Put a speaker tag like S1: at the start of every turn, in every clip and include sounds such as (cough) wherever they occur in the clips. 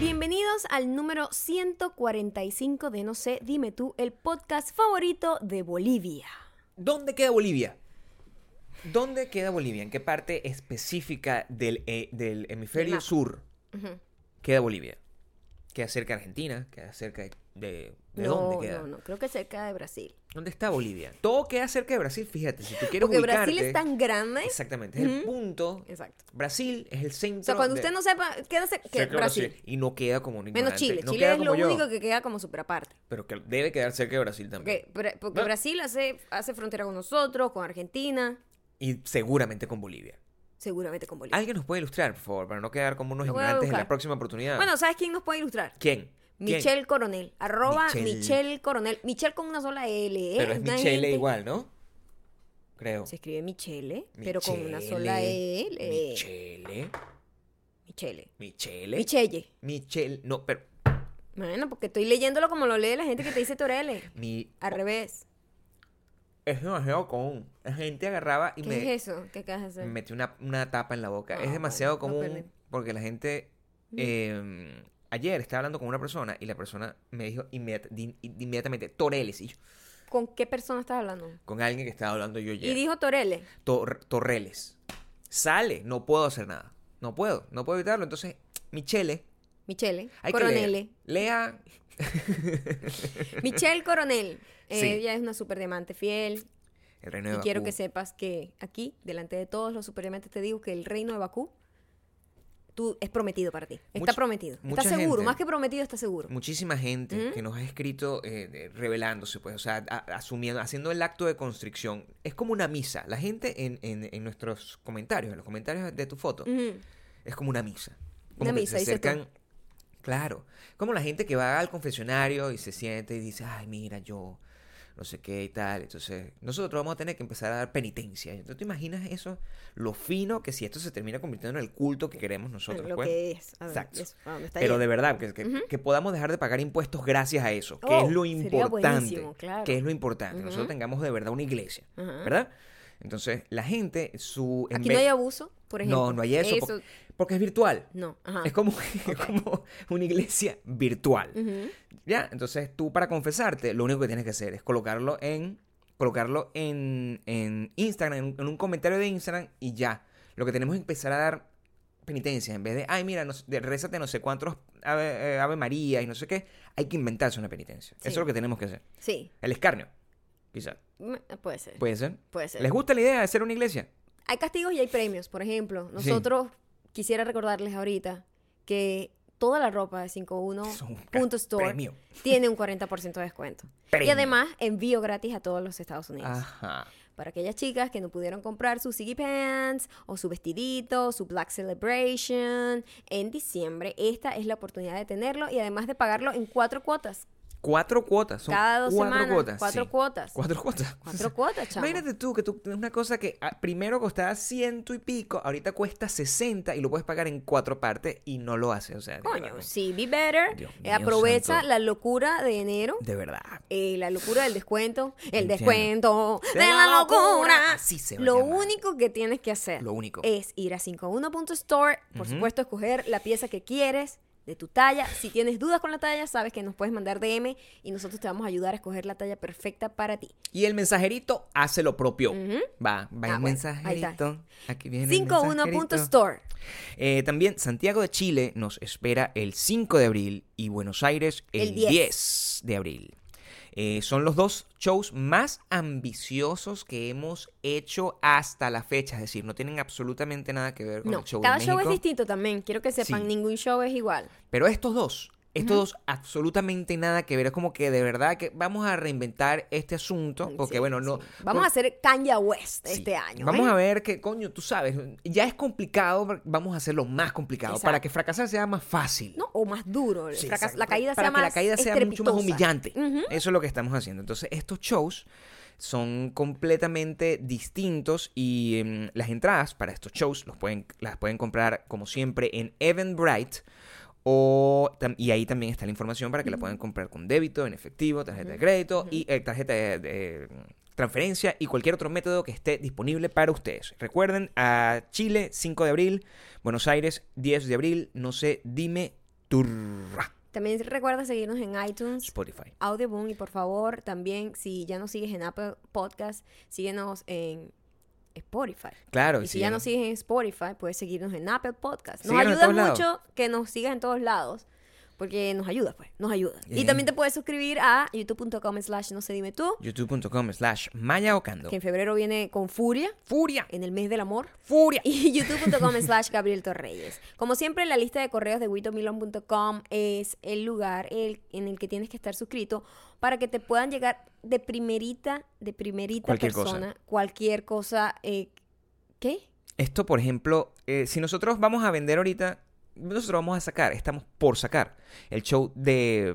S1: Bienvenidos al número 145 de No sé, dime tú, el podcast favorito de Bolivia.
S2: ¿Dónde queda Bolivia? ¿Dónde queda Bolivia? ¿En qué parte específica del, eh, del hemisferio
S1: mapa.
S2: sur queda Bolivia? ¿Queda cerca de Argentina? ¿Queda cerca de... ¿De, de
S1: no,
S2: dónde queda?
S1: no, no, creo que cerca de Brasil.
S2: ¿Dónde está Bolivia? Todo queda cerca de Brasil, fíjate. Si tú quieres
S1: Porque
S2: ubicarte...
S1: Brasil es tan grande.
S2: Exactamente, es el punto.
S1: Exacto.
S2: Brasil es el centro
S1: O sea, cuando
S2: de-
S1: usted no sepa, quédese que
S2: cerca de
S1: Brasil.
S2: Y no queda como un
S1: Menos
S2: ignorante,
S1: Chile.
S2: no
S1: Chile
S2: queda
S1: es lo
S2: como yo,
S1: único que queda como superaparte.
S2: Pero que debe quedar cerca de Brasil también.
S1: Porque, Bra- porque Brasil hace, hace frontera con nosotros, con Argentina,
S2: Y seguramente con Bolivia.
S1: seguramente con Bolivia.
S2: ¿Alguien nos puede ilustrar, por favor, para no quedar como unos
S1: Lo voy a
S2: ignorantes en
S1: buscar.
S2: la próxima oportunidad?
S1: Bueno, ¿sabes quién nos puede ilustrar?
S2: ¿Quién? ¿Quién?
S1: Michelle Coronel. Arroba
S2: Michelle.
S1: Michelle. Coronel. Michelle con una sola L. ¿eh?
S2: Pero es
S1: Una
S2: Michelle
S1: gente-
S2: igual, ¿no? Creo.
S1: Se escribe Michelle, pero con una sola E, eh,
S2: Michele,
S1: L. Michelle.
S2: Michele. Michele.
S1: Michelle.
S2: Michelle. No, pero.
S1: Bueno, porque estoy leyéndolo como lo lee la gente que te dice Torele.
S2: Mi,
S1: Al revés.
S2: es demasiado común. La gente agarraba y
S1: ¿Qué
S2: me,
S1: es eso? ¿Qué acabas de hacer?
S2: me metió una, una tapa en la boca.
S1: No,
S2: es demasiado
S1: no
S2: común
S1: perdí. Mm.
S2: porque la gente. eh, ayer estaba hablando con una persona y la persona me dijo inmediata- di- inmediatamente Toreles. Y yo,
S1: ¿Con qué persona estás hablando?
S2: con alguien que estaba hablando yo ayer.
S1: Y dijo Torele.
S2: Tor- Torreles. Sale, no puedo hacer nada. No puedo, no puedo evitarlo. Entonces, Michele,
S1: Michelle.
S2: hay
S1: Coronele.
S2: que leer. Lea,
S1: Michelle Coronel. Eh,
S2: (laughs) Sí.
S1: Ella es una superdiamante fiel.
S2: el reino de
S1: Y
S2: Bakú.
S1: quiero que sepas que aquí, delante de todos los superdiamantes, te digo que el reino de Bakú tú, es prometido para ti. Está
S2: Mucha-
S1: prometido. Está
S2: mucha
S1: seguro.
S2: gente.
S1: Más que prometido, está seguro.
S2: Muchísima gente que nos ha escrito eh, de- revelándose, pues, o sea, a- asumiendo, haciendo el acto de constricción. Es como una misa. La gente en, en- en nuestros comentarios, en los comentarios de tu foto,
S1: Ujú.
S2: es como una misa. Como
S1: Una
S2: que
S1: misa,
S2: se
S1: dices tú.
S2: acercan. Claro. Como la gente que va al confesionario y se siente y dice, ay, mira, yo, no sé qué y tal. Entonces, nosotros vamos a tener que empezar a dar penitencia. ¿Tú te imaginas eso? Lo fino que si esto se termina convirtiendo en el culto que queremos nosotros.
S1: lo
S2: pues.
S1: que es. A ver,
S2: Exacto.
S1: eso, a dónde está
S2: Pero
S1: yendo.
S2: de verdad, que, que- que podamos dejar de pagar impuestos gracias a eso, que
S1: Oh,
S2: es lo
S1: sería
S2: importante.
S1: buenísimo, claro.
S2: Que es lo importante. Nosotros tengamos de verdad una iglesia, ¿verdad? Entonces, la gente, su... en
S1: Aquí
S2: vez-
S1: no hay abuso, por ejemplo.
S2: No, no hay eso, por- porque, es virtual.
S1: No, ajá.
S2: Es como, (laughs) es como una iglesia virtual.
S1: Ah. Ujú.
S2: ¿Ya? Entonces, tú para confesarte, lo único que tienes que hacer es colocarlo en colocarlo en, en Instagram, en un, en un comentario de Instagram y ya. Lo que tenemos es empezar a dar penitencia. En vez de, ay, mira, no, sé- de- rézate no sé cuántos ave, eh, Ave María y no sé qué, hay que inventarse una penitencia.
S1: Sí.
S2: Eso es lo que tenemos que hacer.
S1: Sí,
S2: El escarnio, quizás.
S1: mm, puede ser.
S2: ¿Puede ser?
S1: Puede ser.
S2: Pues, ¿Les gusta la idea de hacer una iglesia?
S1: Hay castigos y hay premios, por ejemplo.
S2: Sí.
S1: Nosotros quisiera recordarles ahorita que toda la ropa de
S2: Es un
S1: 51.store
S2: premio.
S1: tiene un 40% de descuento. Y
S2: Premio.
S1: además envío gratis a todos los Estados Unidos.
S2: Ajá.
S1: Para aquellas chicas que no pudieron comprar sus Ziggy Pants o su vestidito, su Black Celebration en diciembre, esta es la oportunidad de tenerlo y además de pagarlo en cuatro cuotas.
S2: Cuatro cuotas. Son
S1: Cada dos
S2: cuatro
S1: semanas,
S2: Cuotas,
S1: cuatro
S2: sí.
S1: cuotas.
S2: Cuatro cuotas. (laughs)
S1: Cuatro cuotas, chamo.
S2: Imagínate tú que tú tienes una cosa que ah, primero costaba ciento y pico, ahorita cuesta 60 y lo puedes pagar en cuatro partes y no lo haces. O sea, de
S1: Coño,
S2: verdad,
S1: sí, be better.
S2: Dios
S1: Eh,
S2: mío,
S1: aprovecha
S2: santo.
S1: la locura de enero.
S2: de verdad.
S1: eh, la locura del descuento. El
S2: Entiendo.
S1: descuento de,
S2: De
S1: la
S2: la
S1: locura.
S2: locura. Así se va a
S1: Lo
S2: llamar.
S1: único que tienes que hacer
S2: Lo único.
S1: es ir a 51.store. Por supuesto, escoger la pieza que quieres de tu talla. Si tienes dudas con la talla, sabes que nos puedes mandar DM y nosotros te vamos a ayudar a escoger la talla perfecta para ti.
S2: Y el mensajerito hace lo propio. Va, va el
S1: Ah, bueno, ahí está.
S2: mensajerito. Aquí viene el mensajerito.
S1: store
S2: Eh, también Santiago de Chile nos espera el 5 de abril y Buenos Aires el,
S1: El 10.
S2: 10. de abril. Eh, son los dos shows más ambiciosos que hemos hecho hasta la fecha. Es decir, no tienen absolutamente nada que ver con
S1: No,
S2: el show de
S1: cada show es
S2: México.
S1: distinto también. Quiero que sepan,
S2: Sí.
S1: ningún show es igual.
S2: Pero estos dos, estos dos absolutamente nada que ver. Es como que de verdad que vamos a reinventar este asunto. Porque
S1: Sí,
S2: bueno, no.
S1: sí. Vamos a
S2: por-
S1: hacer Kanye West
S2: sí.
S1: este año.
S2: Vamos
S1: ¿eh?
S2: a ver que, coño, tú sabes, ya es complicado, pero vamos a hacerlo más complicado. Para
S1: Exacto.
S2: que fracasar sea más fácil.
S1: ¿no? O más duro. el
S2: Sí,
S1: fracaso-
S2: exacto.
S1: la caída
S2: Para
S1: sea más
S2: que la caída sea mucho más
S1: estrepitosa.
S2: humillante.
S1: Ujú.
S2: Eso es lo que estamos haciendo. Entonces, estos shows son completamente distintos y em, las entradas para estos shows los pueden, las pueden comprar, como siempre, en Eventbrite. O, tam- y ahí también está la información para que la puedan comprar con débito, en efectivo, tarjeta de crédito y eh, tarjeta de, de, mm, transferencia y cualquier otro método que esté disponible para ustedes. Recuerden, a Chile 5 de abril, Buenos Aires 10 de abril, no sé, dime Turra.
S1: También recuerda seguirnos en iTunes,
S2: Spotify.
S1: Audioboom y por favor también si ya nos sigues en Apple Podcast, síguenos en Spotify.
S2: Claro,
S1: Y si
S2: sí,
S1: ya
S2: ¿no?
S1: nos sigues en Spotify, puedes seguirnos en Apple Podcast. Nos
S2: Síguenos en
S1: ayuda
S2: todos lados.
S1: mucho que nos sigas en todos lados. Porque nos ayuda, pues, nos ayuda. Y
S2: Bien.
S1: también te puedes suscribir a youtube.com slash no se dime tú,
S2: youtube.com slash mayaocando.
S1: que en febrero viene con furia,
S2: ¡Furia!
S1: en el mes del amor.
S2: ¡Furia!
S1: (laughs) Y youtube.com slash Gabriel Torreyes. Como siempre, la lista de correos de witomilon.com es el lugar el- en el que tienes que estar suscrito para que te puedan llegar de primerita, de primerita
S2: Cualquier cosa.
S1: persona, cualquier cosa. eh, ¿Qué?
S2: Esto, por ejemplo, eh, si nosotros vamos a vender ahorita, nosotros vamos a sacar, estamos por sacar el show de,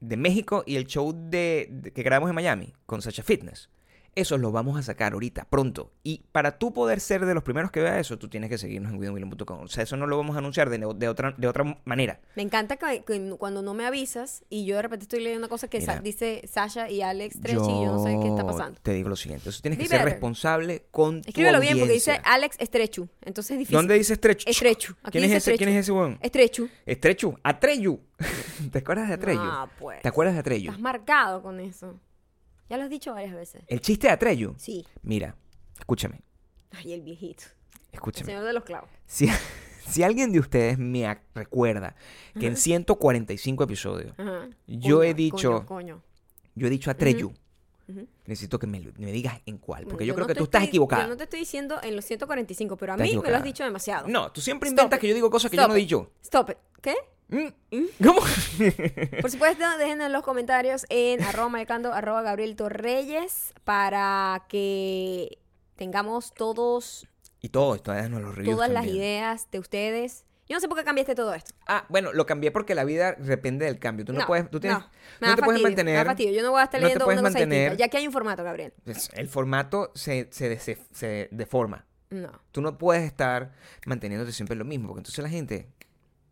S2: de México y el show de, de- que grabamos en Miami con Sacha Fitness. Esos los vamos a sacar ahorita, pronto. Y para tú poder ser de los primeros que vea eso, tú tienes que seguirnos en guidomilon.com. O sea, eso no lo vamos a anunciar de, de otra, de otra manera.
S1: Me encanta que, que cuando no me avisas y yo de repente estoy leyendo una cosa que
S2: Mira.
S1: sa- dice Sasha y Alex Trechi y yo no sé qué está pasando.
S2: Te digo lo siguiente. Eso tienes
S1: Be
S2: que ser
S1: better.
S2: responsable con tu
S1: Escríbelo bien porque
S2: audiencia.
S1: dice Alex Estrechu. Entonces es difícil.
S2: ¿Dónde dice estrecho?
S1: Estrecho. Aquí
S2: ¿Quién,
S1: dice
S2: es ese, ¿Quién es ese weón?
S1: Estrechu.
S2: Estrechu, Atreyu. (laughs) ¿Te acuerdas de Atreyu?
S1: Ah, pues.
S2: ¿Te acuerdas de Atreyu?
S1: Estás marcado con eso. Ya lo has dicho varias veces.
S2: El chiste de Atreyu.
S1: Sí.
S2: Mira, escúchame,
S1: Ay, el viejito. El
S2: escúchame.
S1: señor de los clavos.
S2: Si, si (laughs) alguien de ustedes me ac- recuerda que en 145 episodios
S1: Ajá.
S2: Yo he
S1: Coño,
S2: dicho-
S1: Coño, coño.
S2: yo he dicho Atreyu,
S1: ujú.
S2: necesito que me, lo- me digas en cuál, porque
S1: Bueno,
S2: yo, creo
S1: no
S2: que
S1: te
S2: tú estás
S1: estoy-
S2: equivocada.
S1: Yo no te estoy diciendo en los 145, pero a
S2: Estás
S1: mí me lo
S2: equivocada.
S1: has dicho demasiado.
S2: No, tú siempre
S1: Stop
S2: inventas
S1: it.
S2: que yo digo cosas que yo
S1: Stop
S2: no he
S1: it.
S2: dicho.
S1: Stop it. ¿Qué?
S2: Mm, ¿Cómo?
S1: Por supuesto, (laughs) dejen en los comentarios en arroba marcando arroba Gabriel Torreyes para que tengamos todos,
S2: Y todo, todavía no los reviews
S1: todas las
S2: también.
S1: ideas de ustedes. Yo no sé por qué cambiaste todo esto.
S2: Ah, bueno, lo cambié porque la vida depende del cambio. Tú no, puedes, tú tienes,
S1: no, me
S2: no
S1: da
S2: te
S1: fastidio, Me
S2: puedes
S1: da
S2: mantener.
S1: fastidio. Yo no voy a estar
S2: no te
S1: leyendo
S2: puedes
S1: una cosa distinta.
S2: mantener-
S1: Ya que hay un formato, Gabriel.
S2: Pues, El formato se, se, des- se, se deforma.
S1: No.
S2: Tú no puedes estar manteniéndote siempre lo mismo, porque entonces la gente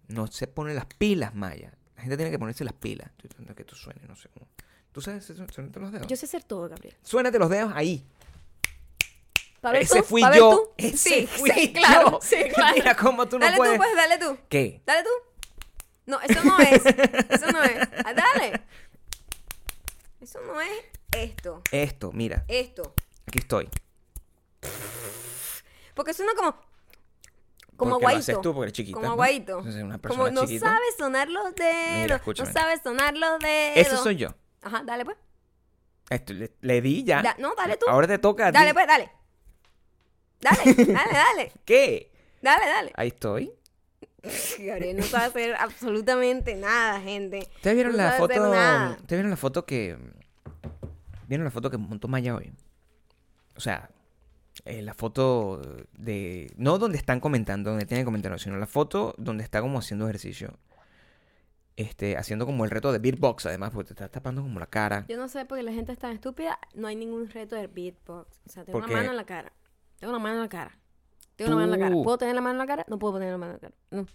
S2: no se pone las pilas, Maya. La gente tiene que ponerse las pilas. Estoy tratando de que tú suene, no sé cómo. ¿Tú sabes? su- Suénate los dedos.
S1: Yo sé hacer todo, Gabriel.
S2: Suénate los dedos ahí.
S1: Pa' ver
S2: Ese
S1: tú,
S2: fui
S1: pa' ver
S2: yo.
S1: tú.
S2: Ese
S1: sí,
S2: fui
S1: sí,
S2: yo. (laughs)
S1: claro, sí, claro.
S2: Mira cómo tú no
S1: dale
S2: puedes.
S1: tú, pues, dale tú.
S2: ¿Qué?
S1: Dale tú. No, eso no es. Eso no es. Ah, dale. Eso no es esto.
S2: Esto, mira.
S1: Esto.
S2: Aquí estoy.
S1: Porque suena como. Como
S2: Porque lo
S1: aguadito.
S2: haces tú, porque eres chiquita,
S1: Como
S2: ¿no?
S1: aguadito.
S2: Entonces, una persona
S1: como no
S2: chiquita.
S1: sabes sonar los
S2: Mira,
S1: dedos. no
S2: escúchame.
S1: sabes sonar los dedos.
S2: Ese soy yo.
S1: Ajá, dale pues.
S2: Esto, le, le di ya.
S1: Da- no, dale tú.
S2: Ahora te toca a ti.
S1: Dale pues, dale. Dale, dale, dale.
S2: ¿Qué?
S1: Dale, dale.
S2: Ahí estoy.
S1: Gabriel no sabe hacer absolutamente nada, gente.
S2: ¿Ustedes vieron
S1: No
S2: la
S1: sabe hacer
S2: foto?
S1: nada.
S2: ¿Ustedes vieron la foto que. ¿Vieron la foto que montó Maya hoy? O sea, eh, la foto de. No donde están comentando, donde tienen comentarios, sino la foto donde está como haciendo ejercicio. Este, haciendo como el reto de beatbox, además, porque te estás tapando como la cara.
S1: Yo no sé por qué la gente es tan estúpida. No hay ningún reto del beatbox. O sea, tengo
S2: ¿Por
S1: una
S2: qué?
S1: mano en la cara. Tengo una mano en la cara. Tengo una mano en la cara.
S2: Tú.
S1: ¿Puedo tener la mano en la cara? No puedo tener la mano en la cara. No.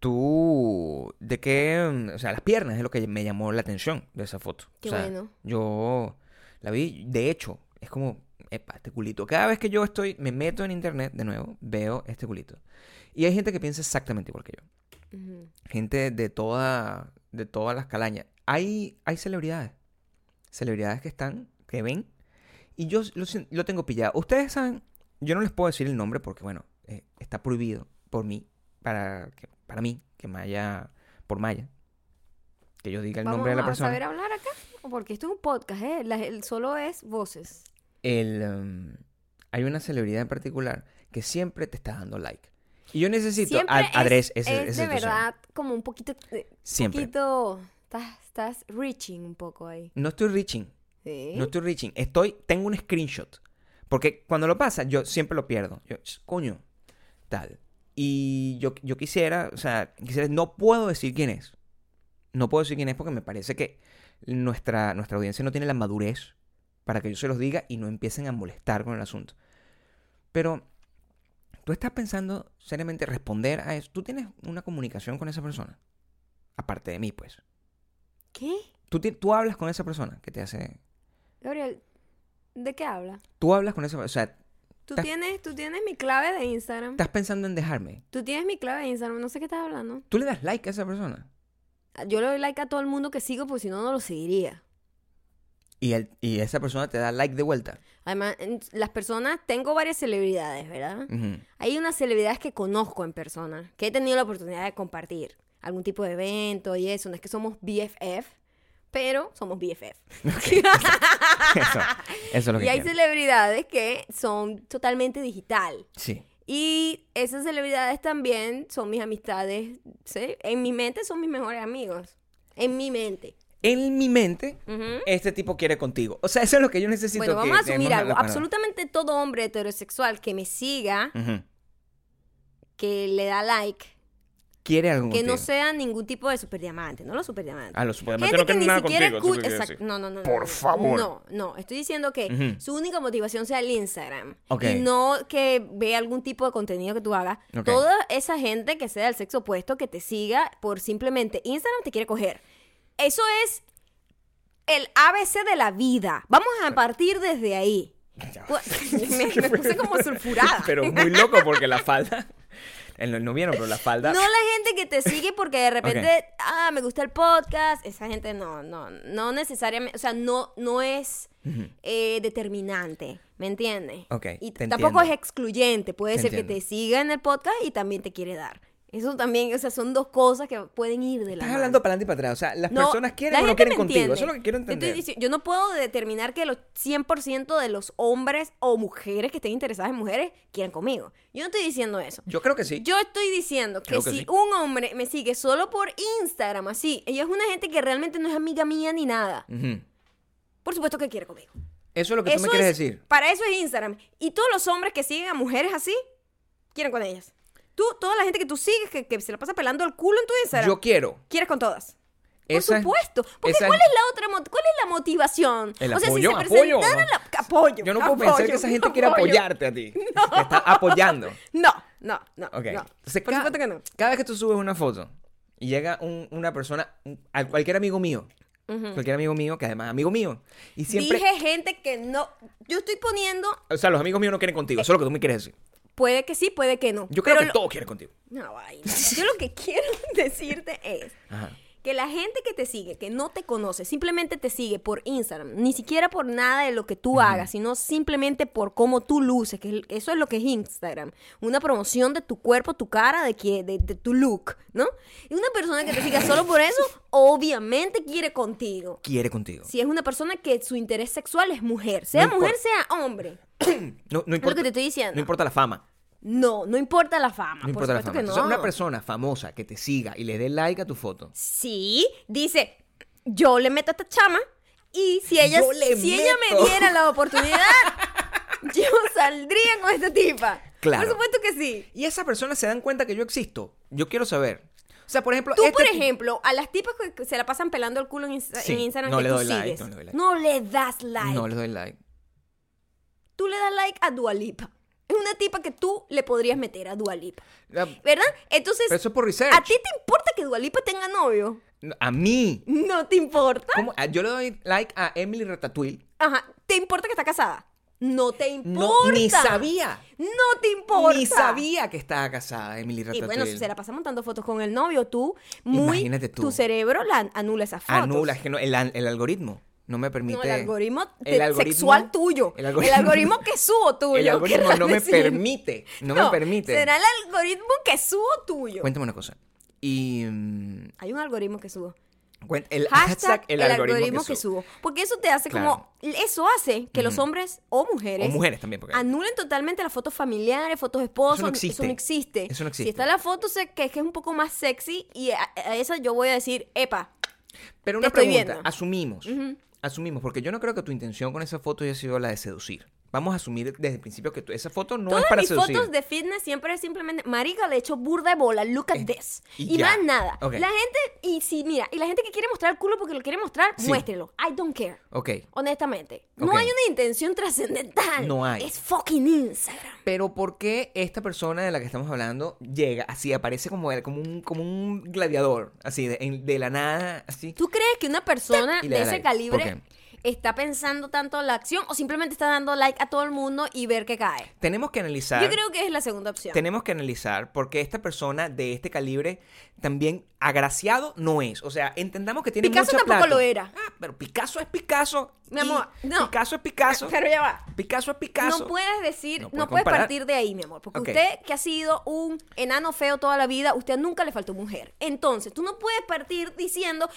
S2: Tú. ¿De qué? mm, O sea, las piernas es lo que me llamó la atención de esa foto. O
S1: Qué
S2: sea,
S1: bueno.
S2: Yo la vi, de hecho, es como, epa, este culito. Cada vez que yo estoy, me meto en internet de nuevo, veo este culito. Y hay gente que piensa exactamente igual que yo.
S1: Ujú.
S2: Gente de toda, de todas las calañas. Hay, hay celebridades. Celebridades que están, que ven. Y yo lo, sien- lo tengo pillado. Ustedes saben, yo no les puedo decir el nombre porque, bueno, eh, está prohibido por mí, para, que- para mí, que Maya, por Maya, que yo diga el
S1: ¿Vamos
S2: nombre de la
S1: a
S2: persona.
S1: saber hablar acá? ¿O Porque esto es un podcast, ¿eh? La- el solo es voces.
S2: el, em, hay una celebridad en particular que siempre te está dando like. Y yo necesito
S1: Siempre
S2: ad- adres
S1: es,
S2: ese-
S1: es
S2: esa
S1: de
S2: situación.
S1: verdad como un poquito... eh,
S2: Siempre.
S1: poquito... Estás, estás reaching un poco ahí.
S2: No estoy reaching.
S1: ¿Sí?
S2: No estoy reaching. Estoy, tengo un screenshot. Porque cuando lo pasa, yo siempre lo pierdo. Yo, "Ch, coño, tal. Y yo, yo quisiera, o sea, quisiera, no puedo decir quién es. No puedo decir quién es porque me parece que nuestra, nuestra audiencia no tiene la madurez para que yo se los diga y no empiecen a molestar con el asunto. Pero, ¿tú estás pensando seriamente responder a eso? ¿Tú tienes una comunicación con esa persona? Aparte de mí, pues.
S1: ¿Qué?
S2: ¿Tú, ti- tú hablas con esa persona que te hace...
S1: Gabriel, ¿de qué habla?
S2: Tú hablas con esa persona, o sea,
S1: Tú
S2: Estás-
S1: tienes, tú tienes mi clave de Instagram.
S2: estás pensando en dejarme.
S1: Tú tienes mi clave de Instagram. No sé qué estás hablando. Ah,
S2: Tú le das like a esa persona.
S1: Yo le doy like a todo el mundo que sigo, porque si no, no lo seguiría.
S2: Y, el- y esa persona te da like de vuelta.
S1: Además, en- las personas, tengo varias celebridades, ¿verdad? (laughs)
S2: Ujú.
S1: Hay unas celebridades que conozco en persona, que he tenido la oportunidad de compartir. Algún tipo de evento y eso. No es que somos BFF, pero somos BFF. (laughs)
S2: Eso, eso es lo que
S1: y hay
S2: quiero.
S1: celebridades que son totalmente digital.
S2: Sí.
S1: Y esas celebridades también son mis amistades, ¿sí? En mi mente son mis mejores amigos. En mi mente.
S2: En mi mente,
S1: Ujú.
S2: este tipo quiere contigo. O sea, eso es lo que yo necesito.
S1: Bueno,
S2: que
S1: vamos a asumir
S2: tengamos la-
S1: algo.
S2: la-
S1: Absolutamente todo hombre heterosexual que me siga,
S2: Ujú.
S1: que le da like,
S2: Quiere algo
S1: que no
S2: contigo.
S1: sea ningún tipo de superdiamante, no los superdiamantes.
S2: Ah, los
S1: Gente
S2: supermercados no
S1: que
S2: quieren
S1: ni
S2: nada
S1: siquiera
S2: contigo.
S1: escucha.
S2: eso es lo que
S1: Exacto. No, no, no. no,
S2: Por
S1: no.
S2: favor.
S1: No, no. Estoy diciendo que
S2: Ujú.
S1: su única motivación sea el Instagram.
S2: Ok.
S1: Y no que vea algún tipo de contenido que tú hagas.
S2: Ok.
S1: Toda esa gente que sea del sexo opuesto, que te siga por simplemente Instagram te quiere coger. Eso es el ABC de la vida. Vamos a partir desde ahí.
S2: Ya.
S1: (laughs) me, (laughs)
S2: (laughs)
S1: me puse como sulfurada.
S2: Pero muy loco porque la falda. (laughs) eh, No, no vieron, pero la falda.
S1: No la gente que te sigue porque
S2: (laughs)
S1: de repente, ah, me gusta el podcast. Esa gente no, no, no necesariamente, o sea, no, no es eh, determinante, ¿me entiendes?
S2: Ok,
S1: Y
S2: te
S1: tampoco
S2: entiendo.
S1: es excluyente, puede
S2: Te
S1: ser
S2: entiendo.
S1: que te siga en el podcast y también te quiere dar. Eso también, o sea, son dos cosas que pueden ir de la
S2: Estás
S1: mano.
S2: hablando para adelante y para atrás. O sea, las
S1: No,
S2: personas quieren
S1: la
S2: o no
S1: gente
S2: quieren
S1: me
S2: contigo.
S1: entiende.
S2: Eso es lo que quiero
S1: Te estoy
S2: entender.
S1: dici- yo no puedo determinar que los 100% de los hombres o mujeres que estén interesadas en mujeres quieran conmigo. Yo no estoy diciendo eso.
S2: Yo creo que sí.
S1: Yo estoy diciendo que,
S2: Creo que
S1: si
S2: sí.
S1: un hombre me sigue solo por Instagram, así, ella es una gente que realmente no es amiga mía ni nada.
S2: Ujú.
S1: Por supuesto que quiere conmigo.
S2: Eso es lo que tú me quieres
S1: es-
S2: decir.
S1: Para eso es Instagram. Y todos los hombres que siguen a mujeres así, quieren con ellas. Tú, toda la gente que tú sigues, que, que se la pasa pelando el culo en tu Instagram,
S2: Yo quiero.
S1: quieres con todas.
S2: Esa-
S1: Por supuesto. Porque
S2: esa-
S1: ¿cuál es la otra mot- ¿Cuál es la motivación?
S2: El
S1: o sea,
S2: apoyo,
S1: si se
S2: apoyo.
S1: presentara la... Apoyo.
S2: Yo no puedo
S1: apoyo,
S2: pensar que esa gente
S1: (laughs)
S2: quiere
S1: apoyo.
S2: apoyarte
S1: (laughs)
S2: a ti. Te está apoyando.
S1: No, no, no.
S2: Ok.
S1: no.
S2: Entonces,
S1: Por
S2: ca-
S1: supuesto que no.
S2: Cada vez que tú subes una foto y llega un- una persona, un- a cualquier amigo mío, cualquier amigo mío, que además es amigo mío, y siempre...
S1: Dije gente que no. Yo estoy poniendo.
S2: O sea, los amigos míos no quieren contigo, eso es lo que tú me quieres decir.
S1: Puede que sí, puede que no.
S2: Yo creo
S1: Pero
S2: que
S1: lo-
S2: todos quieren contigo.
S1: No, vaina. Yo lo que (laughs) quiero decirte es
S2: Ajá.
S1: que la gente que te sigue, que no te conoce, simplemente te sigue por Instagram, ni siquiera por nada de lo que tú hagas, sino simplemente por cómo tú luces, que el- eso es lo que es Instagram, una promoción de tu cuerpo, tu cara, de, que, de, de tu look, ¿no? Y una persona que te siga solo por
S2: (laughs)
S1: eso, obviamente quiere contigo.
S2: Quiere contigo.
S1: Si es una persona que su interés sexual es mujer, sea
S2: No
S1: mujer, sea hombre.
S2: No, no
S1: Es lo
S2: importa,
S1: que te estoy diciendo.
S2: no importa la fama.
S1: No, no importa la fama.
S2: No
S1: por
S2: importa la
S1: supuesto
S2: fama.
S1: que no.
S2: Entonces, una persona famosa que te siga y le dé like a tu foto.
S1: Sí, dice, yo le meto a esta chama y si ella,
S2: Yo le
S1: si ella me
S2: meto.
S1: diera la
S2: (laughs)
S1: oportunidad, yo saldría con esta tipa.
S2: Claro.
S1: Por supuesto que sí.
S2: Y esas personas se dan cuenta que yo existo. Yo quiero saber. O sea, por ejemplo...
S1: Tú,
S2: este
S1: por
S2: tipo-
S1: ejemplo, a las tipas que- que se la pasan pelando el culo en, Insta-
S2: Sí,
S1: en Instagram
S2: no
S1: que
S2: le
S1: tú
S2: doy like,
S1: sigues,
S2: no
S1: no
S2: le
S1: le,
S2: doy like.
S1: das like.
S2: No, le doy like.
S1: Tú le das like a Dualipa. Es una tipa que tú le podrías meter a Dualipa.
S2: La-
S1: ¿Verdad? Entonces,
S2: Ah, Pero eso es por research.
S1: ¿a ti te importa que Dualipa tenga novio?
S2: A mí.
S1: ¿No te importa?
S2: ¿Cómo? Ah, Yo le doy like a Emily Ratatouille.
S1: Ajá, ¿te importa que está casada? No te importa.
S2: No, ni sabía.
S1: No te importa.
S2: Ni sabía que estaba casada Emily
S1: Y
S2: Ratatouille.
S1: bueno, si se la pasa montando fotos con el novio, tú, muy,
S2: Imagínate tú.
S1: tu cerebro la an- anula esas fotos.
S2: Anula, es que Ah, no, el, an- el algoritmo no me permite.
S1: No, el algoritmo,
S2: El
S1: te-
S2: algoritmo-
S1: sexual tuyo.
S2: el
S1: El
S2: algoritmo-
S1: algoritmo,
S2: (laughs)
S1: que subo tuyo.
S2: El algoritmo
S1: querrás
S2: no me
S1: decir.
S2: permite. No, me permite.
S1: Será el algoritmo que subo tuyo.
S2: Cuéntame una cosa. Y. mm,
S1: Hay un algoritmo que subo.
S2: cuen- el hashtag,
S1: Hashtag
S2: el, algoritmo, que, subo.
S1: subo. Porque eso te hace
S2: Claro.
S1: como. Eso hace que los hombres o mujeres.
S2: O mujeres también, porque-
S1: Anulen totalmente las fotos familiares, fotos de esposos.
S2: Eso no existe.
S1: existe.
S2: Eso no existe.
S1: Si está la foto se- que es que es un poco más sexy y a, a esa yo voy a decir, epa, Te
S2: Pero una
S1: estoy
S2: pregunta.
S1: viendo.
S2: Asumimos. Asumimos, porque yo no creo que tu intención con esa foto haya sido la de seducir. Vamos a asumir desde el principio que tú- esa foto no
S1: Todas
S2: es para
S1: mis
S2: seducir.
S1: fotos de fitness siempre es simplemente, marica, le echo burda de bola, look at this.
S2: y
S1: Y,
S2: ya.
S1: más nada.
S2: Ok.
S1: La gente, y si, mira, y la gente que quiere mostrar el culo porque lo quiere mostrar,
S2: Sí.
S1: muéstrelo. I don't care.
S2: Ok.
S1: Honestamente. No
S2: Ok.
S1: hay una intención trascendental.
S2: No hay.
S1: Es fucking Instagram.
S2: Pero ¿por qué esta persona de la que estamos hablando llega así, aparece como, el- como, un, como un gladiador, así, de, en- de la nada, así?
S1: ¿Tú crees que una persona
S2: Y
S1: de
S2: le da
S1: ese
S2: like. ¿Por
S1: calibre está pensando tanto la acción o simplemente está dando like a todo el mundo y ver qué cae.
S2: Tenemos que analizar.
S1: Yo creo que es la segunda opción.
S2: Tenemos que analizar porque esta persona de este calibre también agraciado no es. O sea, entendamos que tiene
S1: Picasso
S2: mucha
S1: tampoco
S2: plata.
S1: lo era.
S2: Ah, pero Picasso es Picasso.
S1: Mi
S2: y
S1: amor, no.
S2: Picasso es Picasso.
S1: Pero ya va.
S2: Picasso es Picasso.
S1: No puedes decir,
S2: No
S1: no,
S2: puedes
S1: puedes
S2: comparar.
S1: partir de ahí, mi amor, porque
S2: Ok.
S1: usted que ha sido un enano feo toda la vida, usted nunca le faltó mujer. Entonces, tú no puedes partir diciendo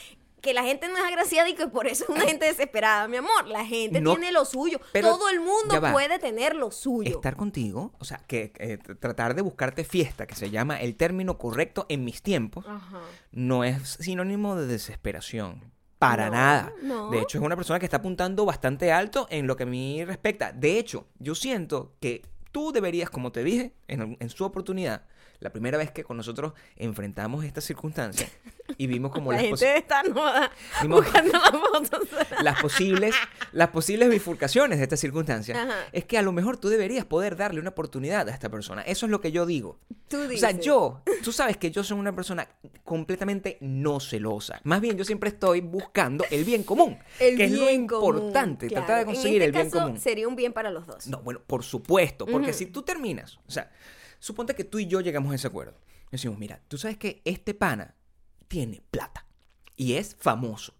S1: que la gente no es agraciada y que por eso es una gente desesperada, mi amor. La gente
S2: No,
S1: tiene lo suyo.
S2: pero
S1: Todo el
S2: ya
S1: mundo
S2: va.
S1: puede tener lo suyo.
S2: Estar contigo, o sea, que eh, tr- tratar de buscarte fiesta, que se llama el término correcto en mis tiempos,
S1: Ajá.
S2: no es sinónimo de desesperación. Para
S1: No,
S2: nada.
S1: no.
S2: De hecho, es una persona que está apuntando bastante alto en lo que a mí respecta. De hecho, yo siento que tú deberías, como te dije en, en su oportunidad, la primera vez que con nosotros enfrentamos esta circunstancia y vimos
S1: (laughs)
S2: como
S1: la
S2: las,
S1: gente
S2: posi-
S1: está nuda
S2: Ni modo.
S1: buscando las fotos.
S2: las posibles las posibles bifurcaciones de esta circunstancia,
S1: Ajá.
S2: es que a lo mejor tú deberías poder darle una oportunidad a esta persona. Eso es lo que yo digo.
S1: Tú
S2: O sea,
S1: dices.
S2: yo, tú sabes que yo soy una persona completamente no celosa. Más bien, yo siempre estoy buscando el bien común,
S1: El
S2: que es lo
S1: bien común,
S2: importante, tratar
S1: claro.
S2: de conseguir
S1: en este
S2: el bien
S1: caso,
S2: común.
S1: Sería un bien para los dos.
S2: No, bueno, por supuesto, porque si tú terminas, o sea, suponte que tú y yo llegamos a ese acuerdo. Decimos, mira, tú sabes que este pana tiene plata y es famoso.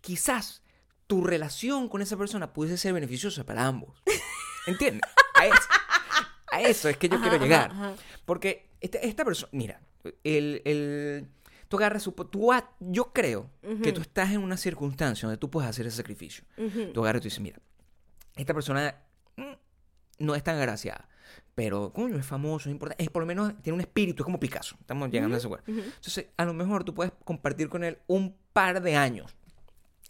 S2: Quizás tu relación con esa persona pudiese ser beneficiosa
S1: (laughs)
S2: para ambos. ¿Entiendes? A eso, a eso es que yo
S1: Ajá,
S2: quiero
S1: ajá,
S2: llegar.
S1: ajá.
S2: Porque esta, esta persona, mira, el, el- tú agarras su... Tú, a- yo creo que tú estás en una circunstancia donde tú puedes hacer ese sacrificio. Tú agarras y tú dices, mira, esta persona mm, no es tan agraciada, pero coño, es famoso, es importante, es, por lo menos tiene un espíritu, es como Picasso, estamos llegando a ese lugar. Entonces, a lo mejor tú puedes compartir con él un par de años.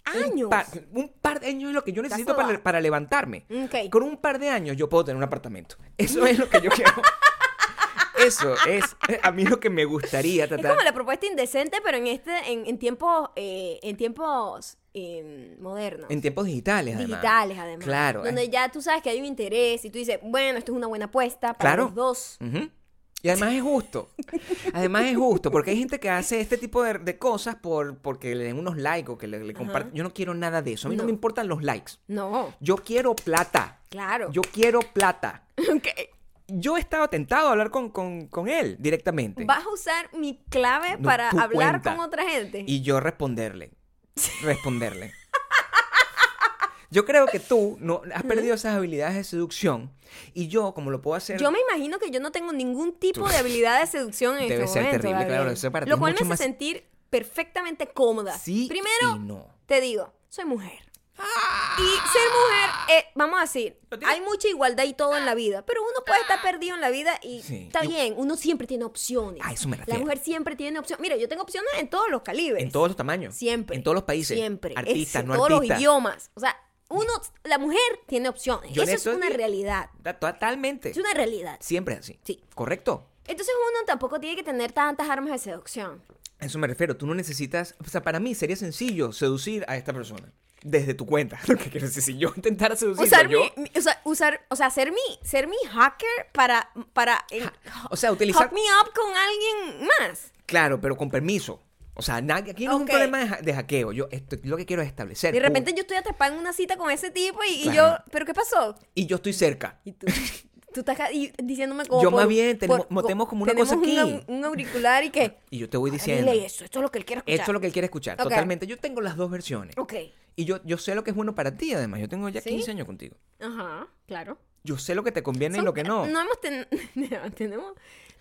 S1: Años.
S2: Un par, un par de años es lo que yo necesito
S1: That's a
S2: para,
S1: lot.
S2: para levantarme.
S1: Ok.
S2: Con un par de años yo puedo tener un apartamento. Eso es lo que
S1: (laughs)
S2: yo quiero. Eso es eh, a mí lo que me gustaría
S1: Es
S2: tratar.
S1: como la propuesta indecente, pero en este, en, en tiempos, eh, en tiempos eh, modernos.
S2: En tiempos digitales, además.
S1: digitales además.
S2: Claro.
S1: Donde
S2: es-
S1: ya tú sabes que hay un interés y tú dices, bueno, esto es una buena apuesta para
S2: Claro.
S1: los dos.
S2: Ujú. Y además es justo. Además es justo, porque hay gente que hace este tipo de, de cosas por, porque le den unos likes o que le, le comparten. Yo no quiero nada de eso. A mí no.
S1: No.
S2: me importan los likes.
S1: No,
S2: Yo quiero plata.
S1: claro.
S2: Yo quiero plata.
S1: (laughs) Ok.
S2: Yo estaba tentado a hablar con, con- con él directamente.
S1: Vas a usar mi clave
S2: No,
S1: para
S2: tu
S1: hablar
S2: cuenta.
S1: con otra gente.
S2: Y yo responderle. Responderle. Yo creo que tú no, has perdido esas habilidades de seducción. Y yo, como lo puedo hacer.
S1: Yo me imagino que yo no tengo ningún tipo de habilidad de seducción en
S2: Debe
S1: este
S2: ser
S1: momento.
S2: terrible, claro,
S1: Gabriel.
S2: eso para ti
S1: Lo
S2: es
S1: cual me
S2: mucho
S1: hace
S2: más-
S1: sentir perfectamente cómoda.
S2: Sí
S1: Primero,
S2: y no. ¡Ah!
S1: te digo, soy mujer. Y ser mujer, eh, vamos a decir,
S2: Lo tienes- Ah.
S1: hay mucha igualdad y todo en la vida, pero uno puede estar perdido en la vida y
S2: Sí.
S1: está
S2: Y-
S1: bien, uno siempre tiene opciones.
S2: A eso me
S1: la
S2: refiero.
S1: mujer siempre tiene opciones. Mira, yo tengo opciones en todos los calibres.
S2: En todos los tamaños.
S1: Siempre.
S2: En todos los países.
S1: Siempre.
S2: Artistas,
S1: Es-
S2: no
S1: todos
S2: artistas.
S1: los idiomas. O sea, uno, la mujer tiene opciones.
S2: Yo en
S1: Eso es
S2: estos
S1: una
S2: días-
S1: realidad.
S2: Ta- Totalmente.
S1: Es una realidad.
S2: Siempre es así.
S1: Sí.
S2: Correcto.
S1: Entonces uno tampoco tiene que tener tantas armas de seducción.
S2: A eso me refiero. Tú no necesitas. O sea, para mí sería sencillo seducir a esta persona. Desde tu cuenta. (laughs) Lo que quiero decir, si yo intentara seducirlo
S1: usar
S2: yo.
S1: mi, mi- o sea, usar, o sea, ser mi, ser mi hacker para, para eh,
S2: O sea, utilizar.
S1: hook me up con alguien más.
S2: Claro, pero con permiso. O sea, nadie, aquí no es un
S1: Ok.
S2: problema de, ha- de hackeo. Yo esto, lo que quiero es establecer.
S1: De repente
S2: pum,
S1: yo estoy atrapada en una cita con ese tipo y, y
S2: Claro.
S1: yo, ¿pero qué pasó?
S2: Y yo estoy cerca.
S1: Y tú, (laughs) tú estás ca- y diciéndome como
S2: Yo
S1: por-
S2: más bien, tenemos-
S1: por-
S2: tenemos como una
S1: tenemos
S2: cosa
S1: un
S2: aquí.
S1: au- Un, auricular y que,
S2: Y yo te voy diciendo.
S1: dile eso, esto es lo que él quiere escuchar.
S2: Esto es lo que él quiere escuchar.
S1: Ok.
S2: Totalmente. Yo tengo las dos versiones.
S1: Ok,
S2: Y yo, yo sé lo que es bueno para ti, además. Yo tengo ya
S1: ¿Sí?
S2: 15 años contigo.
S1: ajá, claro.
S2: Yo sé lo que te conviene y
S1: Son-
S2: lo que no.
S1: No hemos ten- (laughs) no, tenemos.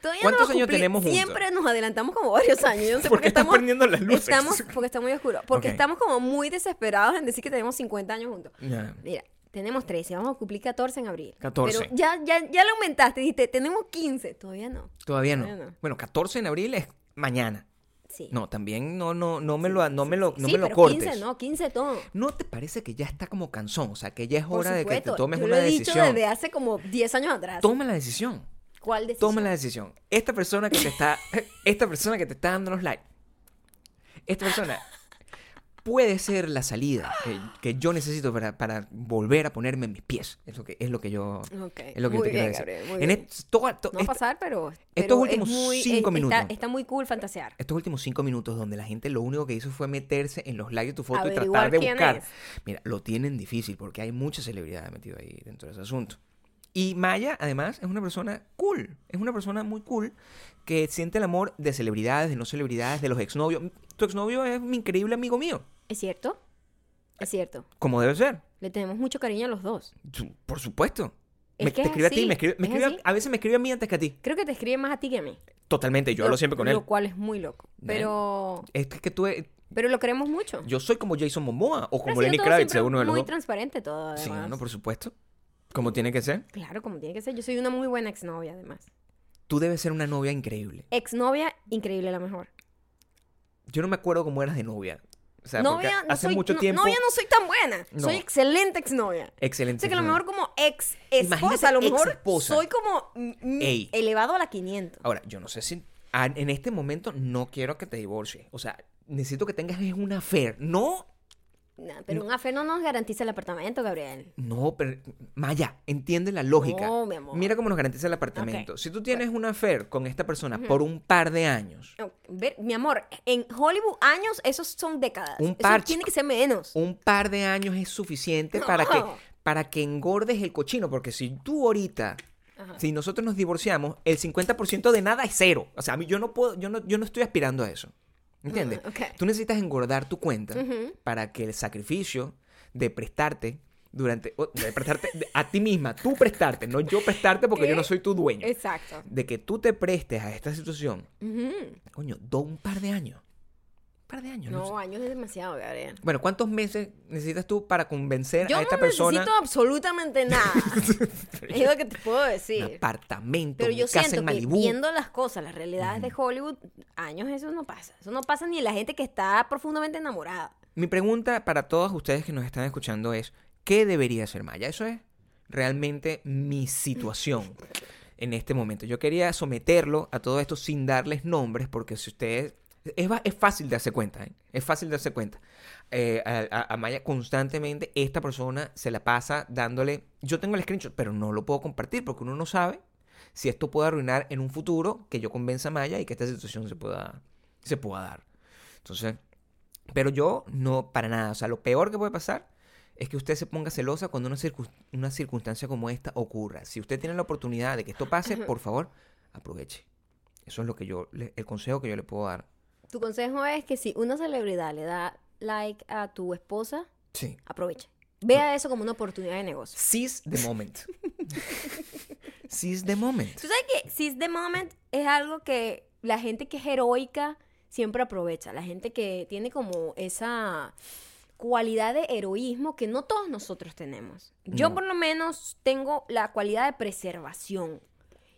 S1: Todavía
S2: ¿Cuántos
S1: no hemos cumplido-
S2: años tenemos juntos?
S1: Siempre nos adelantamos como varios años. Yo no sé
S2: ¿Por
S1: por
S2: qué
S1: qué
S2: estás
S1: estamos
S2: prendiendo las luces?
S1: Estamos, porque está muy oscuro. Porque
S2: Ok.
S1: estamos como muy desesperados en decir que tenemos 50 años juntos.
S2: Ya.
S1: Mira, tenemos 13, vamos a cumplir 14 en abril.
S2: 14.
S1: Pero ya, ya, ya lo aumentaste, dijiste, tenemos 15. Todavía no.
S2: Todavía no.
S1: Todavía no.
S2: Bueno, 14 en abril es mañana.
S1: Sí.
S2: No, también no, no, no me lo, no me lo, no
S1: sí,
S2: me lo
S1: pero
S2: cortes.
S1: 15 no, 15 todo.
S2: ¿No te parece que ya está como cansón? O sea, que ya es
S1: Por
S2: hora de que te
S1: supuesto,
S2: tomes
S1: yo
S2: una
S1: lo he dicho
S2: decisión.
S1: desde hace como 10 años atrás.
S2: Toma la decisión.
S1: ¿Cuál decisión?
S2: Toma la decisión. Esta persona (laughs) que te está, esta persona que te está dando los likes. Esta persona puede ser la salida que, que yo necesito para, para volver a ponerme en mis pies. Es lo que, es lo que yo,
S1: Ok,
S2: es lo que yo
S1: muy
S2: te quiero
S1: bien,
S2: decir.
S1: Gabriel, muy
S2: En
S1: bien.
S2: est- toda- to-
S1: No va
S2: este
S1: a
S2: est-
S1: pasar, pero.
S2: estos
S1: pero
S2: últimos cinco
S1: es-
S2: minutos.
S1: Está, está muy cool fantasear.
S2: estos últimos cinco minutos donde la gente lo único que hizo fue meterse en los likes de tu foto y
S1: Averiguar
S2: tratar de
S1: quién
S2: buscar.
S1: es.
S2: Mira, lo tienen difícil porque hay mucha celebridad metida ahí dentro de ese asunto. Y Maya, además, es una persona cool. Es una persona muy cool que siente el amor de celebridades, de no celebridades, de los exnovios. Tu exnovio es mi increíble amigo mío,
S1: ¿Es cierto? Es cierto.
S2: como debe ser.
S1: Le tenemos mucho cariño a los dos.
S2: Su- Por supuesto.
S1: Es
S2: Me-
S1: que
S2: te
S1: es
S2: escribe a ti,
S1: así,
S2: me escribe, me
S1: es
S2: escribe a-
S1: así.
S2: a veces me escribe a mí antes que a ti.
S1: Creo que te escribe más a ti que a mí.
S2: Totalmente, yo
S1: Lo-
S2: hablo siempre con él.
S1: Lo cual es muy loco. Pero,
S2: Es que tú, eh,
S1: pero lo queremos mucho.
S2: yo soy como Jason Momoa o
S1: Pero ha
S2: como
S1: sido
S2: Lenny
S1: todo
S2: Kravitz,
S1: siempre
S2: uno de los
S1: Muy
S2: dos.
S1: transparente todo, además.
S2: Sí, no, por supuesto. Como tiene que ser.
S1: Claro, como tiene que ser. Yo soy una muy buena exnovia, además.
S2: Tú debes ser una novia increíble.
S1: Exnovia, increíble, la mejor.
S2: Yo no me acuerdo cómo eras de novia. O sea, porque
S1: novia, no
S2: hace
S1: soy,
S2: mucho
S1: no-
S2: tiempo.
S1: novia no soy tan buena.
S2: No.
S1: Soy excelente exnovia. O
S2: Excelente.
S1: sea, que a lo
S2: señora.
S1: mejor como ex esposa,
S2: Imagínate
S1: a lo mejor
S2: exesposa.
S1: soy como mm, mm,
S2: Ey.
S1: elevado a la 500.
S2: Ahora, yo no sé si. a- En este momento no quiero que te divorcies. O sea, necesito que tengas es una fe. No.
S1: Nah,
S2: Mm.
S1: pero un affair no nos garantiza el apartamento, Gabriel.
S2: No, pero. Maya, entiende la lógica.
S1: No, mi amor.
S2: Mira cómo nos garantiza el apartamento.
S1: Ok.
S2: Si tú tienes una affair con esta persona por un par de años,
S1: No, ver- mi amor, en Hollywood años, esos son décadas.
S2: Un
S1: Eso
S2: parche.
S1: tiene que ser menos.
S2: un par de años es suficiente para que
S1: No.
S2: para que engordes el cochino, porque si tú ahorita
S1: Ajá.
S2: si nosotros nos divorciamos, el 50% de nada es cero. O sea, a mí yo no puedo yo no yo no estoy aspirando a eso. ¿Entiendes?
S1: Ah, ok.
S2: Tú necesitas engordar tu cuenta para que el sacrificio de prestarte durante o, de prestarte de- a ti misma, tú prestarte, no yo prestarte porque
S1: ¿Qué?
S2: yo no soy tu dueño.
S1: Exacto.
S2: De que tú te prestes a esta situación,
S1: Ujú.
S2: coño, do un par de años. Un par de años, no sé.
S1: No, años es demasiado, Gabriel.
S2: Bueno, ¿cuántos meses necesitas tú para convencer
S1: Yo
S2: a esta
S1: no
S2: persona?
S1: necesito absolutamente nada.
S2: (laughs)
S1: es lo que te puedo
S2: un
S1: decir.
S2: apartamento,
S1: Pero
S2: una
S1: yo
S2: casa
S1: siento
S2: en
S1: que
S2: Malibú.
S1: viendo las cosas, las realidades de Hollywood, años eso no pasa. Eso no pasa ni en la gente que está profundamente enamorada.
S2: Mi pregunta para todos ustedes que nos están escuchando es, ¿qué debería ser Maya? Eso es realmente mi situación en este momento. Yo quería someterlo a todo esto sin darles nombres, porque si ustedes... Es, va- es fácil darse cuenta, ¿eh? Es fácil darse cuenta. Eh, a, a- a Maya constantemente esta persona se la pasa dándole... Yo tengo el screenshot, pero no lo puedo compartir porque uno no sabe si esto puede arruinar en un futuro que yo convenza a Maya y que esta situación se pueda, se pueda dar. Entonces, pero yo no, para nada. O sea, lo peor que puede pasar es que usted se ponga celosa cuando una, circun- una circunstancia como esta ocurra. Si usted tiene la oportunidad de que esto pase, por favor, aproveche. Eso es lo que yo, le- el consejo que yo le puedo dar.
S1: Tu consejo es que si una celebridad le da like a tu esposa,
S2: Sí.
S1: aprovecha. Vea
S2: Pues
S1: eso como una oportunidad de negocio.
S2: Seize the
S1: (laughs)
S2: moment. Seize the moment.
S1: Tú sabes que Seize the Moment es algo que la gente que es heroica siempre aprovecha. La gente que tiene como esa cualidad de heroísmo que no todos nosotros tenemos. Yo
S2: No.
S1: por lo menos tengo la cualidad de preservación.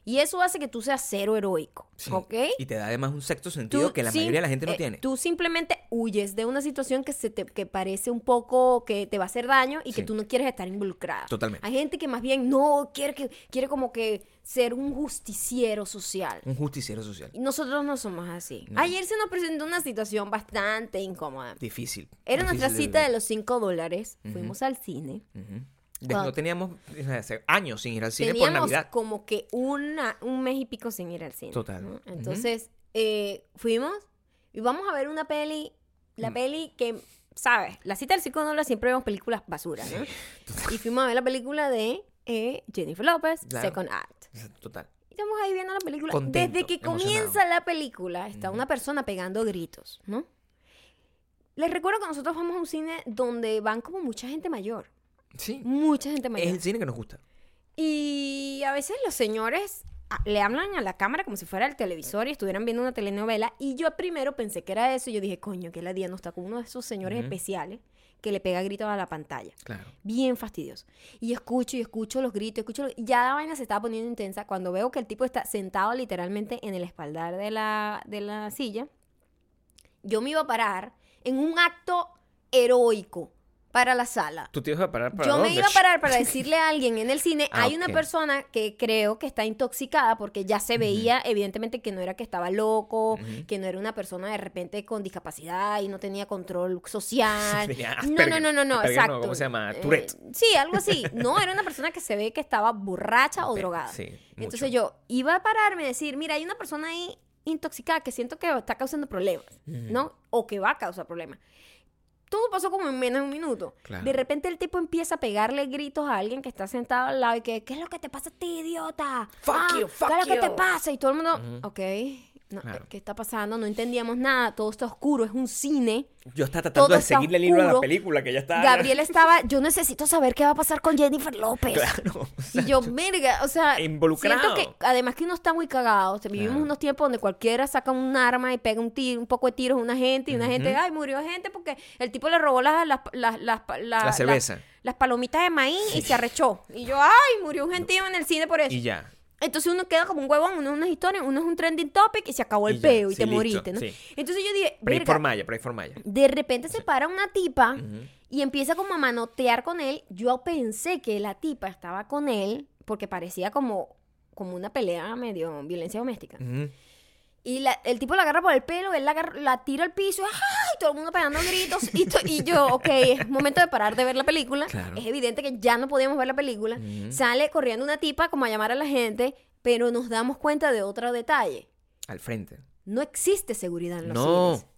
S1: Y eso hace que tú seas cero heroico.
S2: Sí.
S1: ¿Ok?
S2: Y te da además un sexto
S1: Tú
S2: sentido que la
S1: sim-
S2: mayoría de la gente no
S1: eh,
S2: tiene.
S1: Tú simplemente huyes de una situación que, se te, que parece un poco que te va a hacer daño y que
S2: Sí.
S1: tú no quieres estar involucrada.
S2: Totalmente.
S1: Hay gente que más bien no quiere, que, quiere como que ser un justiciero social.
S2: Un justiciero social.
S1: Y nosotros no somos así.
S2: Mm. No.
S1: Ayer se nos presentó una situación bastante incómoda.
S2: Difícil.
S1: Era nuestra
S2: Difícil
S1: cita de
S2: vivir.
S1: los 5 dólares. Fuimos al cine.
S2: Ujú. De-
S1: Cuando-
S2: No teníamos desde hace años sin ir al cine por
S1: teníamos
S2: Navidad.
S1: como que una, un mes y pico sin ir al cine.
S2: Total.
S1: ¿no?
S2: Ujú.
S1: Entonces, eh, fuimos y vamos a ver una peli,
S2: Mm.
S1: la peli que, ¿sabes? La cita del 5 dólares siempre vemos películas basura, ¿no? Y fuimos a ver la película de eh, Jennifer López,
S2: Claro.
S1: Second Act.
S2: Total.
S1: Y estamos ahí viendo la película.
S2: Contento,
S1: Desde que
S2: emocionado.
S1: comienza la película, está una persona pegando gritos, ¿no? Les recuerdo que nosotros vamos a un cine donde van como mucha gente mayor.
S2: Sí.
S1: Mucha gente mayor.
S2: Es el cine que nos gusta.
S1: Y a veces los señores a- le hablan a la cámara como si fuera el televisor y estuvieran viendo una telenovela. Y yo primero pensé que era eso. Y yo dije, coño, que la día no está con uno de esos señores
S2: Ujú.
S1: especiales que le pega gritos a la pantalla.
S2: Claro.
S1: Bien fastidioso. Y escucho y escucho los gritos, escucho. los- Ya la vaina se estaba poniendo intensa cuando veo que el tipo está sentado literalmente en el espaldar de la, de la silla. Yo me iba a parar en un acto heroico para la sala.
S2: Tú te ibas a parar para
S1: Yo me
S2: dónde?
S1: iba a parar
S2: (laughs)
S1: para decirle a alguien en el cine,
S2: Ah,
S1: hay una
S2: ok.
S1: persona que creo que está intoxicada porque ya se veía evidentemente que no era que estaba loco,
S2: Ujú.
S1: que no era una persona de repente con discapacidad y no tenía control
S2: (laughs)
S1: social.
S2: Tenía
S1: no, no,
S2: Asperger.
S1: no, no, no,
S2: Asperger no,
S1: exacto.
S2: ¿cómo se llama?
S1: Eh,
S2: Tourette.
S1: sí, algo así. No, era una persona que se ve que estaba borracha o
S2: Ve-
S1: drogada.
S2: sí, mucho.
S1: Entonces yo iba a pararme y decir, mira, hay una persona ahí intoxicada que siento que está causando problemas,
S2: Mm.
S1: ¿no? O que va a causar problemas. Todo pasó como en menos de un minuto.
S2: Claro.
S1: De repente el tipo empieza a pegarle gritos a alguien que está sentado al lado y que, ¿qué es lo que te pasa a ti, idiota?
S2: Fuck
S1: Ah,
S2: you, fuck
S1: ¿Qué es lo que te
S2: you."
S1: pasa? Y todo el mundo, ok, no,
S2: Claro.
S1: ¿qué está pasando? No entendíamos nada, todo está oscuro, es un cine.
S2: Yo estaba
S1: Todo
S2: tratando de
S1: está
S2: seguirle el libro a la
S1: oscuro.
S2: película que ya está. (laughs)
S1: Gabriel estaba, yo necesito saber qué va a pasar con Jennifer López.
S2: Claro. o sea,
S1: Y yo, verga, o sea,
S2: Involucrado.
S1: siento que además que uno está muy cagado. O sea, vivimos
S2: Claro.
S1: unos tiempos donde cualquiera saca un arma y pega un tiro, un poco de tiros a una gente y una gente, ay, murió gente porque el tipo le robó las, las, las, las, las- las-
S2: cerveza.
S1: las palomitas de maíz y se arrechó. Y yo, ay, murió un gentío en el cine por eso.
S2: Y ya.
S1: Entonces uno queda como un huevón, uno es una historia, uno es un trending topic y se acabó el
S2: Y ya,
S1: peo y
S2: sí,
S1: te
S2: listo,
S1: moriste, ¿no?
S2: sí.
S1: Entonces yo dije,
S2: Pray
S1: verga,
S2: for Maya, pray for Maya.
S1: de repente se para una tipa y empieza como a manotear con él. Yo pensé que la tipa estaba con él porque parecía como, como una pelea medio violencia doméstica.
S2: Ujú.
S1: Y la- el tipo la agarra por el pelo, él la, agarra- la tira al piso, ¡ay! Todo el mundo pegando gritos. Y, to- y yo, ok, es momento de parar de ver la película.
S2: Claro.
S1: Es evidente que ya no podíamos ver la película.
S2: Ujú.
S1: Sale corriendo una tipa como a llamar a la gente, pero nos damos cuenta de otro detalle.
S2: Al frente.
S1: No existe seguridad en los
S2: No.
S1: cines.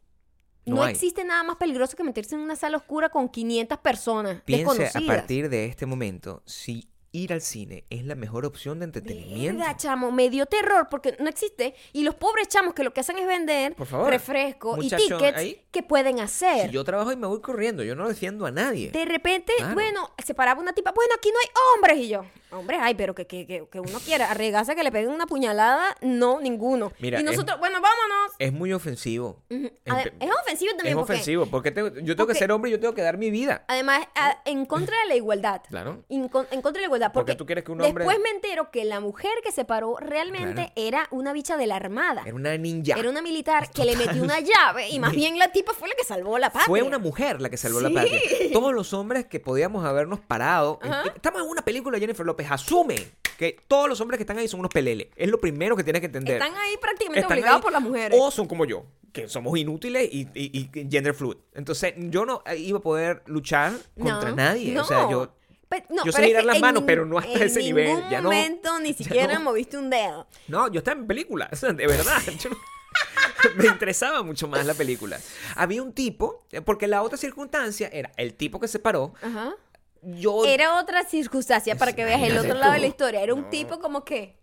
S2: No
S1: No,
S2: hay.
S1: existe nada más peligroso que meterse en una sala oscura con 500 personas
S2: Piense a
S1: desconocidas.
S2: partir de este momento si ir al cine es la mejor opción de entretenimiento.
S1: Verga, chamo, me dio terror porque no existe. Y los pobres chamos que lo que hacen es vender
S2: Por favor.
S1: refresco
S2: Muchacho,
S1: y tickets
S2: ahí.
S1: que pueden hacer.
S2: si yo trabajo y me voy corriendo, yo no defiendo a nadie.
S1: De repente,
S2: Claro.
S1: bueno, se paraba una tipa, bueno, aquí no hay hombres. Y yo, hombres, ay, pero que, que, que, que uno quiera arriesgarse a que le peguen una puñalada, no, ninguno.
S2: Mira,
S1: y
S2: es-
S1: nosotros, bueno, vámonos.
S2: Es muy ofensivo.
S1: Ujú. A ver,
S2: Empe-
S1: es ofensivo
S2: Es
S1: también porque
S2: ofensivo, porque tengo- yo tengo
S1: porque-
S2: que ser hombre y yo tengo que dar mi vida.
S1: Además, a- en contra de la igualdad.
S2: Claro.
S1: En, con- en contra de la igualdad.
S2: Porque
S1: Porque,
S2: tú quieres que un hombre-
S1: Después me entero que la mujer que se paró realmente
S2: Claro.
S1: era una bicha de la armada.
S2: Era una ninja.
S1: Ah. Era una militar que le metió
S2: (laughs)
S1: una llave y más bien la tipa fue la que salvó la patria.
S2: Fue una mujer la que salvó la
S1: Sí.
S2: patria. Todos los hombres que podíamos habernos parado. en-
S1: Ajá.
S2: estamos en una película de Jennifer López. Asume que todos los hombres que están ahí son unos peleles. Es lo primero que tienes que entender.
S1: Están ahí prácticamente
S2: Están
S1: obligados
S2: ahí,
S1: por las mujeres.
S2: O son como yo, que somos inútiles y, y- y gender fluid. Entonces, yo no iba a poder luchar contra
S1: No,
S2: nadie. O sea,
S1: no.
S2: yo.
S1: Pe- no,
S2: yo sé
S1: pero es
S2: girar
S1: que
S2: las
S1: en
S2: manos,
S1: nin-
S2: pero no hasta
S1: en
S2: ese nivel,
S1: ningún
S2: ya no.
S1: momento ni siquiera
S2: no.
S1: moviste un dedo.
S2: No, yo estaba en película, (laughs) o sea, de verdad. yo no- (laughs) me interesaba mucho más la película. Había un tipo, eh, porque la otra circunstancia era el tipo que se paró.
S1: Ajá.
S2: Yo
S1: Era otra circunstancia para que veas el
S2: Imagínate
S1: otro lado de
S2: tú.
S1: la historia. Era un
S2: No.
S1: tipo como que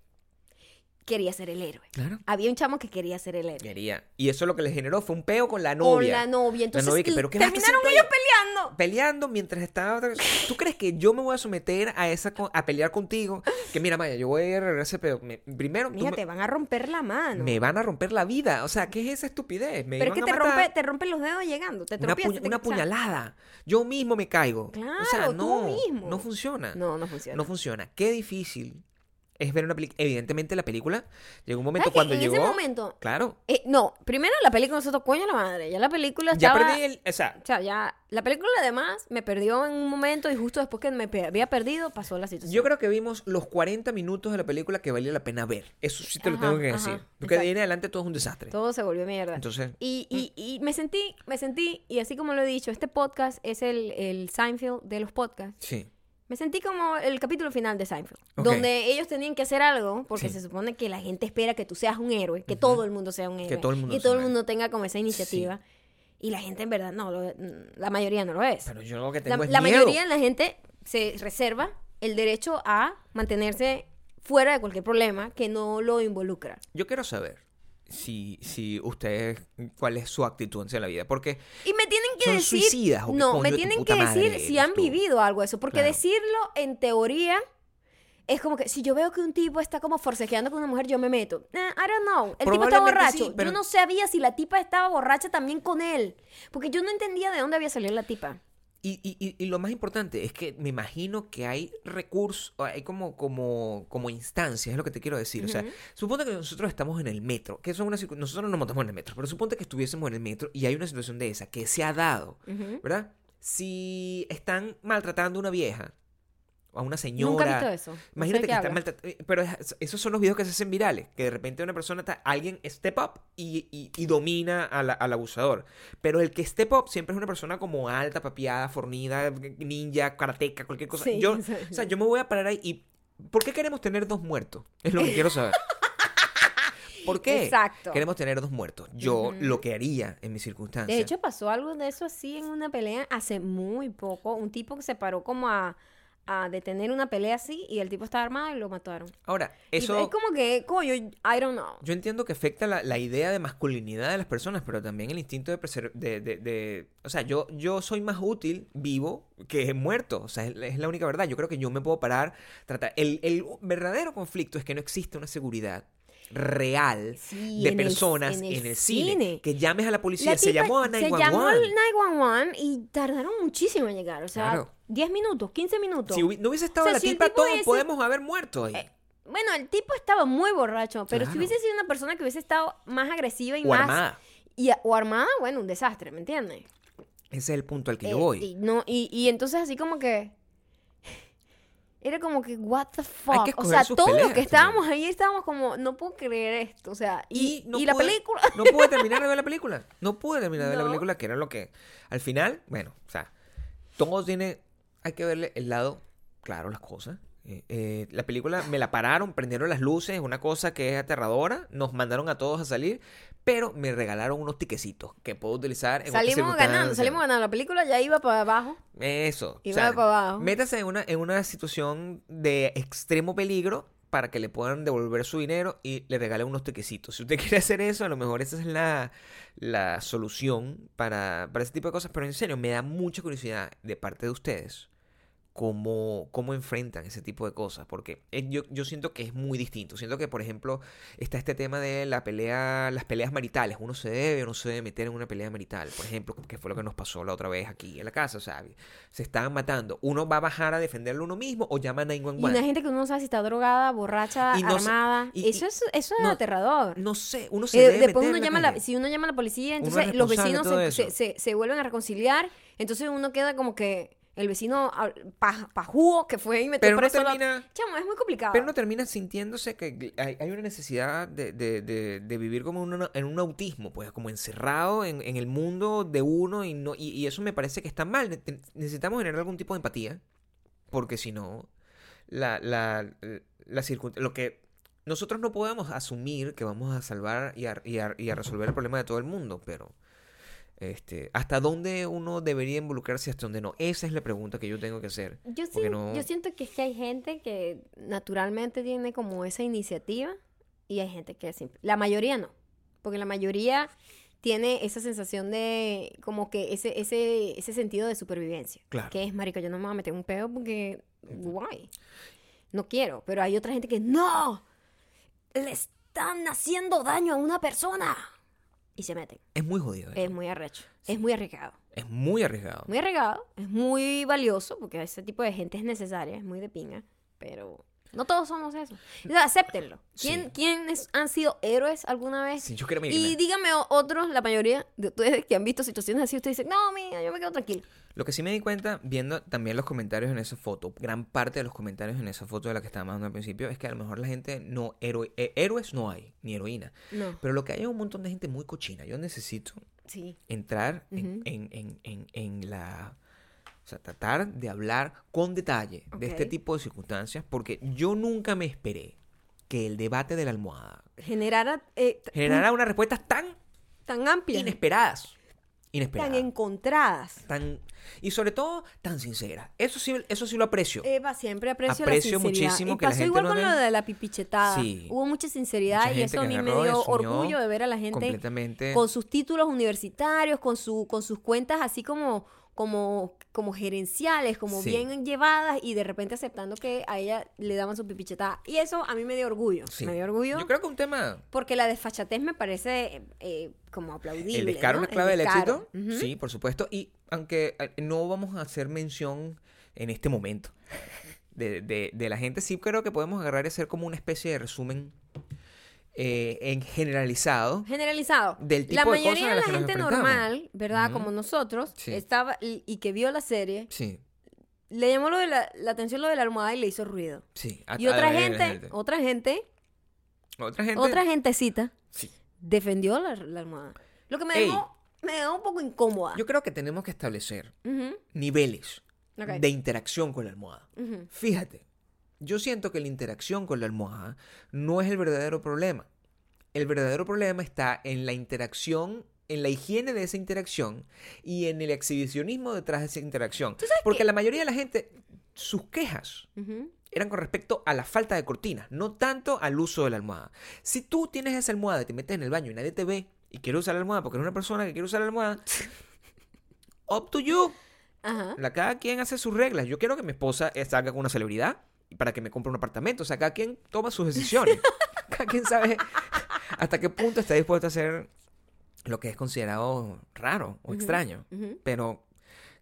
S1: quería ser el héroe.
S2: Claro.
S1: Había un chamo que quería ser el héroe.
S2: quería. Y eso lo que le generó fue un peo con la novia.
S1: Con la novia. Entonces
S2: novia que,
S1: l-
S2: "¿Pero qué vas a estar
S1: terminaron
S2: haciendo
S1: ellos
S2: ahí?"
S1: peleando.
S2: Peleando mientras estaba. ¿Tú crees que yo me voy a someter a esa co- a pelear contigo? Que mira, Maya, yo voy a ir a arreglar ese peo. Me- primero, tú
S1: Mira,
S2: me-
S1: te van a romper la
S2: me,
S1: mano.
S2: van a romper la vida. O sea, ¿qué es esa estupidez? Me
S1: Pero es
S2: iban
S1: que
S2: a
S1: te
S2: matar.
S1: rompe, te rompen los dedos llegando. Te
S2: una,
S1: tropiezas.
S2: puña-
S1: te-
S2: una
S1: o sea,
S2: puñalada. Yo mismo me caigo. o sea,
S1: Claro, tú
S2: no,
S1: mismo.
S2: no funciona.
S1: No, no funciona.
S2: No funciona. Qué difícil es ver una película. Evidentemente la película llegó
S1: ¿Sabes
S2: un momento
S1: qué?
S2: cuando
S1: en
S2: llegó.
S1: ese momento.
S2: Claro.
S1: eh, no, primero la película nosotros, coño la madre. Ya la película
S2: Ya
S1: estaba.
S2: perdí el. O sea,
S1: O sea, ya. La película además me perdió en un momento y justo después que me pe- había perdido pasó la situación.
S2: yo creo que vimos los 40 minutos de la película que valía la pena ver. Eso sí te lo
S1: Ajá,
S2: tengo que
S1: ajá,
S2: decir. Porque de
S1: exacto.
S2: ahí en adelante todo es un desastre.
S1: Todo se volvió mierda.
S2: Entonces, mm.
S1: Y, y, y me sentí, me sentí, y así como lo he dicho, este podcast es el, el Seinfeld de los podcasts.
S2: sí.
S1: Me sentí como el capítulo final de Seinfeld,
S2: Ok.
S1: donde ellos tenían que hacer algo, porque
S2: Sí.
S1: se supone que la gente espera que tú seas un héroe, que todo el mundo sea un héroe,
S2: todo el mundo
S1: y
S2: sea
S1: todo
S2: un
S1: el
S2: héroe.
S1: mundo tenga como esa iniciativa. Y la gente en verdad no, lo- la mayoría no lo es.
S2: Pero yo lo que
S1: La,
S2: tengo es
S1: la
S2: miedo.
S1: mayoría de la gente se reserva el derecho a mantenerse fuera de cualquier problema que no lo involucra.
S2: Yo quiero saber si, si ustedes, cuál es su actitud hacia la vida. Porque
S1: Y me tienen que
S2: ¿Son
S1: decir.
S2: suicidas o qué
S1: no,
S2: coño
S1: me
S2: de tu
S1: tienen
S2: puta
S1: que
S2: madre
S1: decir si
S2: eres
S1: han
S2: tú?
S1: vivido algo de eso. Porque
S2: Claro.
S1: decirlo en teoría es como que si yo veo que un tipo está como forcejeando con una mujer, yo me meto. Eh, I don't know. El tipo está
S2: Probablemente
S1: borracho.
S2: sí, pero-
S1: Yo no sabía si la tipa estaba borracha también con él. Porque yo no entendía de dónde había salido la tipa.
S2: Y, y- y- y lo más importante es que me imagino que hay recursos, hay como, como, como instancias, es lo que te quiero decir. O sea, suponte que nosotros estamos en el metro, que eso es una circun- nosotros no montamos en el metro, pero suponte que estuviésemos en el metro y hay una situación de esa que se ha dado, ¿verdad? si están maltratando a una vieja, a una señora.
S1: Nunca he visto eso. No sé de
S2: Imagínate que
S1: qué
S2: están
S1: hablas.
S2: maltratando. Pero es- esos son los videos que se hacen virales. Que de repente una persona, ta- alguien step up y, y- y domina a la- al abusador. Pero el que step up siempre es una persona como alta, papiada, fornida, ninja, karateca, cualquier cosa.
S1: Sí,
S2: yo,
S1: (laughs) sí.
S2: o sea, yo me voy a parar ahí y. ¿Por qué queremos tener dos muertos? Es lo que quiero saber. ¿Por
S1: (laughs)
S2: qué?
S1: Exacto.
S2: Queremos tener dos muertos. Yo lo que haría en mis circunstancias.
S1: De hecho, pasó algo de eso así en una pelea hace muy poco. Un tipo que se paró como a, a detener una pelea así y el tipo estaba armado y lo mataron.
S2: Ahora,
S1: Y
S2: eso.
S1: es como que, coño, I don't know.
S2: Yo entiendo que afecta la, la idea de masculinidad de las personas, pero también el instinto de... preser- de, de- de- o sea, yo, yo soy más útil vivo que muerto. O sea, es, la- es la única verdad. Yo creo que yo me puedo parar, tratar... El, el verdadero conflicto es que no existe una seguridad real
S1: Sí,
S2: de
S1: en el-
S2: personas en el, cine.
S1: cine.
S2: Que llames a la policía.
S1: La
S2: Se
S1: tipa-
S2: llamó a
S1: Se llamó
S2: 911.
S1: al 911 y tardaron muchísimo en llegar. O sea,
S2: Claro.
S1: 10 minutos, 15 minutos.
S2: Si hubi- no hubiese estado
S1: O sea,
S2: la
S1: si el
S2: tipa,
S1: tipo
S2: todos
S1: hubiese- Eh,
S2: podemos haber muerto ahí.
S1: Bueno, el tipo estaba muy borracho, pero si
S2: Claro.
S1: hubiese sido una persona que hubiese estado más agresiva y
S2: o
S1: más...
S2: armada.
S1: Y, o armada, bueno, un desastre, ¿me entiendes?
S2: Ese es el punto al que
S1: Eh,
S2: yo voy.
S1: Y, no, y, y entonces así como que... (laughs) Era como que, what the fuck.
S2: que
S1: o
S2: escoger
S1: sea,
S2: sus
S1: todos los
S2: peleas
S1: que
S2: también.
S1: estábamos ahí estábamos como, no puedo creer esto. O sea, y,
S2: no
S1: y la
S2: pude-
S1: película...
S2: No pude terminar de ver la película. No pude terminar de ver
S1: No.
S2: la película, que era lo que. Al final, bueno, o sea, todo tiene. Hay que verle el lado claro las cosas. Eh, eh, la película me la pararon, prendieron las luces, una cosa que es aterradora. Nos mandaron a todos a salir, pero me regalaron unos tiquecitos que puedo utilizar en otras
S1: Salimos ganando,
S2: circunstancias.
S1: salimos ganando. La película ya iba para abajo.
S2: Eso.
S1: Y va para abajo.
S2: Métase en una, en una situación de extremo peligro para que le puedan devolver su dinero y le regalen unos tequecitos. Si usted (laughs) quiere hacer eso, a lo mejor esa es la, la solución para, para ese tipo de cosas. Pero en serio, me da mucha curiosidad de parte de ustedes cómo, cómo enfrentan ese tipo de cosas. Porque eh, yo, yo siento que es muy distinto. Siento que, por ejemplo, está este tema de la pelea, las peleas maritales. Uno se debe o no se debe meter en una pelea marital. Por ejemplo, que fue lo que nos pasó la otra vez aquí en la casa. O sea, se estaban matando. Uno va a bajar a defenderlo uno mismo o llama a
S1: Y una
S2: 911.
S1: gente que uno no sabe si está drogada, borracha,
S2: Y no sa-
S1: armada.
S2: y-
S1: eso, es, eso es
S2: no,
S1: aterrador.
S2: No sé, uno se
S1: Eh,
S2: debe
S1: después
S2: meter
S1: uno
S2: en la
S1: llama a la,
S2: calle.
S1: si uno llama a la policía,
S2: Uno es
S1: entonces los
S2: responsable de
S1: vecinos
S2: todo
S1: se,
S2: eso.
S1: se, se- se vuelven a reconciliar. Entonces uno queda como que el vecino ah, pa- pajúo que fue y metió
S2: Pero uno
S1: preso. a la-
S2: termina-
S1: Chamo, es muy complicado.
S2: Pero uno termina sintiéndose que hay, hay una necesidad de, de- de- de vivir como uno- en un autismo, pues como encerrado en, en el mundo de uno y, no, y, y eso me parece que está mal. Ne- te- Necesitamos generar algún tipo de empatía, porque si no, la, la, la circun- lo que nosotros no podemos asumir que vamos a salvar y a, y a- y a resolver el problema de todo el mundo, pero... Este, ¿Hasta dónde uno debería involucrarse y hasta dónde no? Esa es la pregunta que yo tengo que hacer.
S1: Yo,
S2: porque
S1: sien-
S2: no-
S1: yo siento que es que hay gente que naturalmente tiene como esa iniciativa y hay gente que simple- la mayoría no, porque la mayoría tiene esa sensación de como que ese ese ese sentido de supervivencia,
S2: Claro.
S1: que es marico, yo no me voy a meter en un pedo porque guay. No quiero, pero hay otra gente que no le están haciendo daño a una persona y se meten.
S2: Es muy jodido. ¿eh?
S1: Es muy arrecho, es muy arriesgado.
S2: Es muy arriesgado.
S1: Muy arriesgado, es muy valioso, porque ese tipo de gente es necesaria, es muy de pinga, pero no todos somos eso. O sea, acéptenlo. ¿Quién,
S2: Sí.
S1: ¿Quiénes han sido héroes alguna vez?
S2: Sí, yo quiero mi
S1: y
S2: Irlanda.
S1: díganme o- otros, la mayoría de ustedes que han visto situaciones así, ustedes dicen, no, mía, yo me quedo tranquilo.
S2: Lo que sí me di cuenta, viendo también los comentarios en esa foto, gran parte de los comentarios en esa foto de la que estábamos hablando al principio, es que a lo mejor la gente no... hero- eh, héroes no hay, ni heroína.
S1: No,
S2: Pero lo que hay es un montón de gente muy cochina. Yo necesito
S1: sí.
S2: entrar en,
S1: Ujú.
S2: en- en- en- en la... O sea, tratar de hablar con detalle de este
S1: Ok.
S2: tipo de circunstancias, porque yo nunca me esperé que el debate de la almohada
S1: Generara eh, t-
S2: generara unas respuestas tan
S1: tan amplias,
S2: inesperadas.
S1: tan
S2: Inesperadas.
S1: encontradas.
S2: tan y sobre todo tan sincera. Eso sí, eso sí lo aprecio.
S1: Eva, siempre aprecio,
S2: Aprecio
S1: la sinceridad.
S2: muchísimo
S1: y
S2: que la
S1: pasó
S2: gente
S1: igual
S2: no
S1: con
S2: le-
S1: lo de la pipichetada.
S2: Sí.
S1: Hubo mucha sinceridad
S2: Mucha
S1: y
S2: gente
S1: eso a
S2: que
S1: mí me
S2: agarró,
S1: dio
S2: enseñó
S1: orgullo de ver a la gente
S2: completamente
S1: con sus títulos universitarios, con su, con sus cuentas así como, como, como gerenciales, como
S2: Sí.
S1: bien llevadas y de repente aceptando que a ella le daban su pipichetada. Y eso a mí me dio orgullo.
S2: Sí.
S1: Me dio orgullo.
S2: Yo creo que un tema
S1: Porque la desfachatez me parece eh, eh, como aplaudible.
S2: el descaro
S1: ¿no?
S2: es la clave
S1: El
S2: del
S1: descaro.
S2: éxito.
S1: Ujú.
S2: Sí, por supuesto, y aunque eh, no vamos a hacer mención en este momento de, de- de la gente, sí creo que podemos agarrar y hacer como una especie de resumen eh, en generalizado.
S1: Generalizado.
S2: Del tipo
S1: la
S2: de
S1: mayoría
S2: cosas a
S1: de la
S2: las que nos
S1: gente
S2: enfrentamos.
S1: normal, ¿verdad?
S2: Ujú.
S1: Como nosotros,
S2: Sí.
S1: estaba y, y que vio la serie,
S2: Sí,
S1: le llamó lo de la, la atención lo de la almohada y le hizo ruido.
S2: sí. a-
S1: Y
S2: a
S1: otra
S2: la- a la
S1: gente, otra gente,
S2: Otra gente.
S1: otra gentecita
S2: Sí.
S1: defendió la, la almohada. Lo que me
S2: Ey.
S1: dejó, me dejó un poco incómoda.
S2: Yo creo que tenemos que establecer
S1: Ujú,
S2: niveles
S1: Ok.
S2: de interacción con la almohada.
S1: ujú.
S2: Fíjate, yo siento que la interacción con la almohada no es el verdadero problema. El verdadero problema está en la interacción, en la higiene de esa interacción y en el exhibicionismo detrás de esa interacción. Porque la mayoría de la gente, sus quejas
S1: Ujú.
S2: eran con respecto a la falta de cortinas, no tanto al uso de la almohada. Si tú tienes esa almohada y te metes en el baño y nadie te ve y quieres usar la almohada porque eres una persona que quiere usar la almohada, up to you.
S1: Ajá.
S2: La, cada quien hace sus reglas. Yo quiero que mi esposa eh, salga con una celebridad para que me compre un apartamento. O sea, cada quien toma sus
S1: (laughs)
S2: decisiones. cada quien sabe hasta qué punto está dispuesto a hacer lo que es considerado raro o extraño.
S1: ujú.
S2: Pero,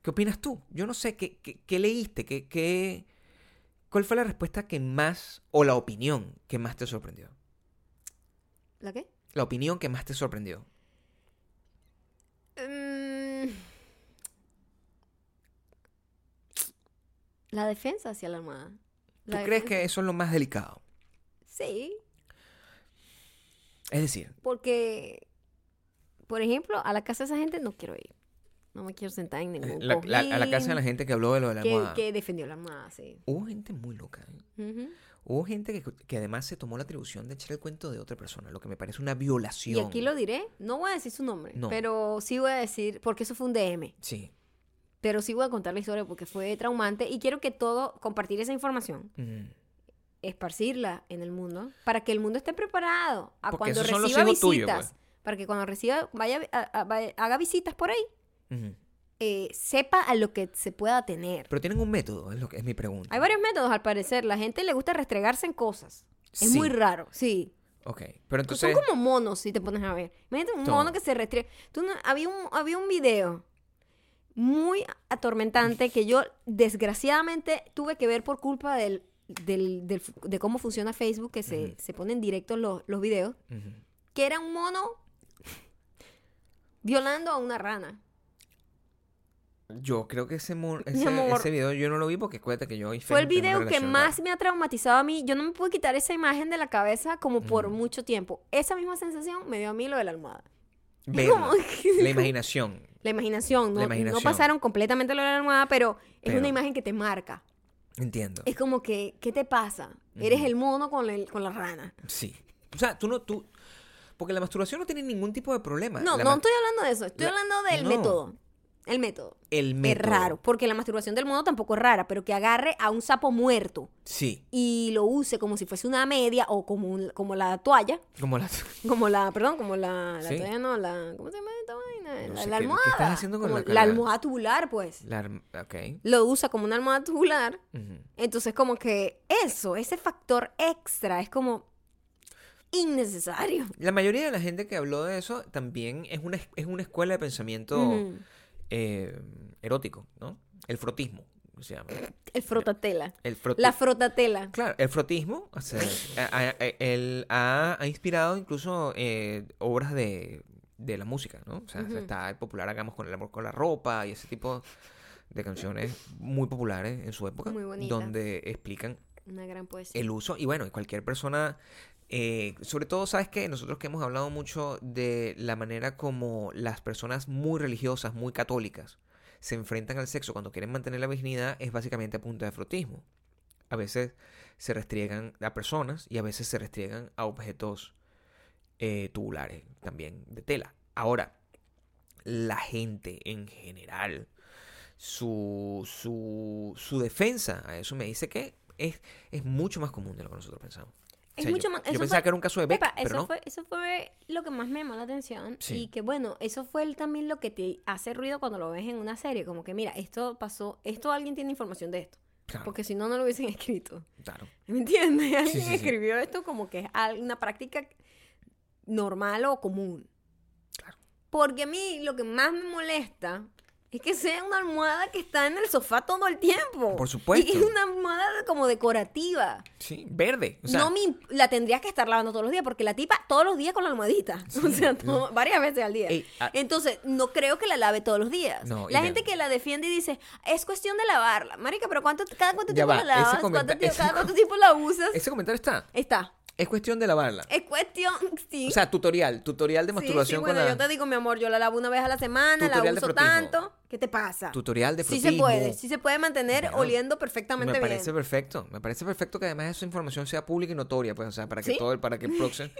S2: ¿qué opinas tú? Yo no sé, ¿qué, qué, qué leíste? ¿Qué, qué, ¿Cuál fue la respuesta que más, o la opinión que más te sorprendió?
S1: ¿La qué?
S2: La opinión que más te sorprendió.
S1: Mm. La defensa hacia la almohada.
S2: ¿Tú
S1: La
S2: crees
S1: defensa.
S2: que eso es lo más delicado?
S1: Sí,
S2: Es decir,
S1: porque, por ejemplo, a la casa de esa gente no quiero ir. No me quiero sentar en
S2: eh,
S1: ningún
S2: la- la- a la casa de la gente que habló de lo de la
S1: Uh, que,
S2: almohada.
S1: que defendió la almohada, sí.
S2: Hubo gente muy loca. ¿eh?
S1: Ujú.
S2: Hubo gente que, que además se tomó la atribución de echar el cuento de otra persona, lo que me parece una violación.
S1: Y aquí lo diré. No voy a decir su nombre,
S2: No.
S1: pero sí voy a decir, porque eso fue un DM.
S2: Sí.
S1: Pero sí voy a contar la historia porque fue traumante y quiero que todo, compartir esa información,
S2: Mm.
S1: esparcirla en el mundo, para que el mundo esté preparado a
S2: Porque
S1: cuando
S2: esos son los
S1: reciba
S2: hijos
S1: visitas.
S2: tuyos, pues.
S1: Para que cuando reciba, vaya, a- a- vaya- haga visitas por ahí,
S2: Ujú.
S1: eh, sepa a lo que se pueda tener.
S2: Pero tienen un método, es lo que es mi pregunta.
S1: Hay varios métodos, al parecer. La gente le gusta restregarse en cosas. Es
S2: Sí.
S1: muy raro, sí.
S2: Ok, pero
S1: Son
S2: entonces...
S1: como monos, si te pones a ver. Imagínate un mono
S2: Todo.
S1: que se restriega. Tú no- había, un, había un video muy atormentante que yo, desgraciadamente, tuve que ver por culpa del, del- del- de cómo funciona Facebook, que se, se ponen directos los, los videos,
S2: Ujú.
S1: que era un mono violando a una rana.
S2: Yo creo que ese, mon-
S1: (laughs) Mi
S2: ese-
S1: amor.
S2: ese video yo no lo vi porque cuéntate que yo... y
S1: Fue el
S2: Facebook tengo
S1: video
S2: una
S1: que
S2: relación
S1: más
S2: rara.
S1: me ha traumatizado a mí. Yo no me pude quitar esa imagen de la cabeza como por mucho tiempo. Esa misma sensación me dio a mí lo de la almohada. (laughs)
S2: Verlo.
S1: Como que- (laughs)
S2: La imaginación.
S1: La imaginación, no,
S2: La
S1: no
S2: imaginación.
S1: pasaron completamente lo de la almohada, pero es
S2: Pero-
S1: una imagen que te marca.
S2: Entiendo.
S1: Es como que, ¿qué te pasa? Eres el mono con, el- con la rana.
S2: Sí. O sea, tú no... tú Porque la masturbación no tiene ningún tipo de problema.
S1: No,
S2: La
S1: no
S2: ma-
S1: estoy hablando de eso, estoy
S2: la-
S1: hablando del
S2: no.
S1: método. El método.
S2: El método.
S1: Es raro, porque la masturbación del mono tampoco es rara, pero que agarre a un sapo muerto
S2: Sí.
S1: y lo use como si fuese una media o como, un- como la toalla,
S2: Como las...
S1: como la, perdón, como la, la
S2: Sí.
S1: toalla, no, la, ¿cómo se llama esta vaina?
S2: No
S1: la, la
S2: sé qué- ¿qué
S1: almohada.
S2: estás haciendo con
S1: Como la
S2: la cara?
S1: almohada tubular, pues.
S2: (laughs) La... arm- Ok.
S1: Lo usa como una almohada tubular.
S2: Ujú.
S1: Entonces, como que eso, ese factor extra, es como innecesario.
S2: La mayoría de la gente que habló de eso también es una, es una escuela de pensamiento
S1: Ujú.
S2: eh, erótico, ¿no? El frotismo se llama.
S1: El frotatela.
S2: El froti-
S1: La frotatela.
S2: Claro, el frotismo o sea, a- a- a- el- ha, ha inspirado incluso eh, obras de, de la música, ¿no? O sea,
S1: Ujú.
S2: está el popular Hagamos con el amor con la ropa y ese tipo de canciones muy populares en su época,
S1: Muy bonita.
S2: donde explican
S1: Una gran poesía.
S2: el uso y bueno, y cualquier persona, eh, sobre todo, sabes que nosotros que hemos hablado mucho de la manera como las personas muy religiosas, muy católicas, se enfrentan al sexo cuando quieren mantener la virginidad es básicamente a punta de frotismo. A veces se restriegan a personas y a veces se restriegan a objetos eh, tubulares también de tela. Ahora, la gente en general, su, su, su defensa a eso me dice que es, es mucho más común de lo que nosotros pensamos.
S1: Es
S2: yo-
S1: mucho más-
S2: Yo
S1: eso
S2: pensaba
S1: fue-
S2: que era un caso de Beck,
S1: Epa,
S2: pero
S1: eso,
S2: no.
S1: fue, eso fue lo que más me llamó la atención.
S2: Sí.
S1: Y que bueno, eso fue el- también lo que te hace ruido cuando lo ves en una serie. Como que mira, esto pasó, esto alguien tiene información de esto.
S2: Claro,
S1: Porque si no, no lo hubiesen (laughs) escrito.
S2: claro.
S1: ¿Me entiendes? (laughs) Alguien
S2: sí, sí.
S1: escribió esto como que es al- una práctica normal o común.
S2: Claro.
S1: Porque a mí lo que más me molesta Es que sea una almohada que está en el sofá todo el tiempo.
S2: Por supuesto.
S1: Y es una almohada como decorativa.
S2: Sí, verde. O sea,
S1: no me imp- la tendrías que estar lavando todos los días porque la tipa todos los días con la almohadita. (laughs) o sea, todo- varias veces al día.
S2: Ey, ah.
S1: Entonces, no creo que la lave todos los días.
S2: No, y
S1: la
S2: la-
S1: gente que la defiende y dice, es cuestión de lavarla. Marica, pero cuánto, ¿cada cuánto
S2: Ya
S1: tiempo
S2: va,
S1: la
S2: ese
S1: lavas? ¿Cuánto
S2: comenta-
S1: tiempo-
S2: ese
S1: ¿Cada
S2: com-
S1: cuánto tiempo la usas?
S2: Ese comentario está.
S1: Está.
S2: Es cuestión de lavarla.
S1: Es cuestión, (laughs) sí.
S2: O sea, tutorial, tutorial de
S1: Eh, Sí, sí,
S2: masturbación
S1: bueno,
S2: con
S1: yo
S2: la...
S1: te digo, mi amor, yo la lavo una vez a la semana, la
S2: Tutorial de
S1: uso
S2: frotismo.
S1: tanto. ¿Qué te pasa?
S2: Tutorial de
S1: Sí se
S2: frotismo.
S1: puede, sí se puede mantener
S2: Bueno,
S1: oliendo
S2: Me
S1: perfectamente bien.
S2: parece perfecto. Me parece perfecto que además esa información sea pública y notoria, pues, o sea, para que
S1: ¿Sí?
S2: todo, el- para que
S1: (laughs)
S2: próximo,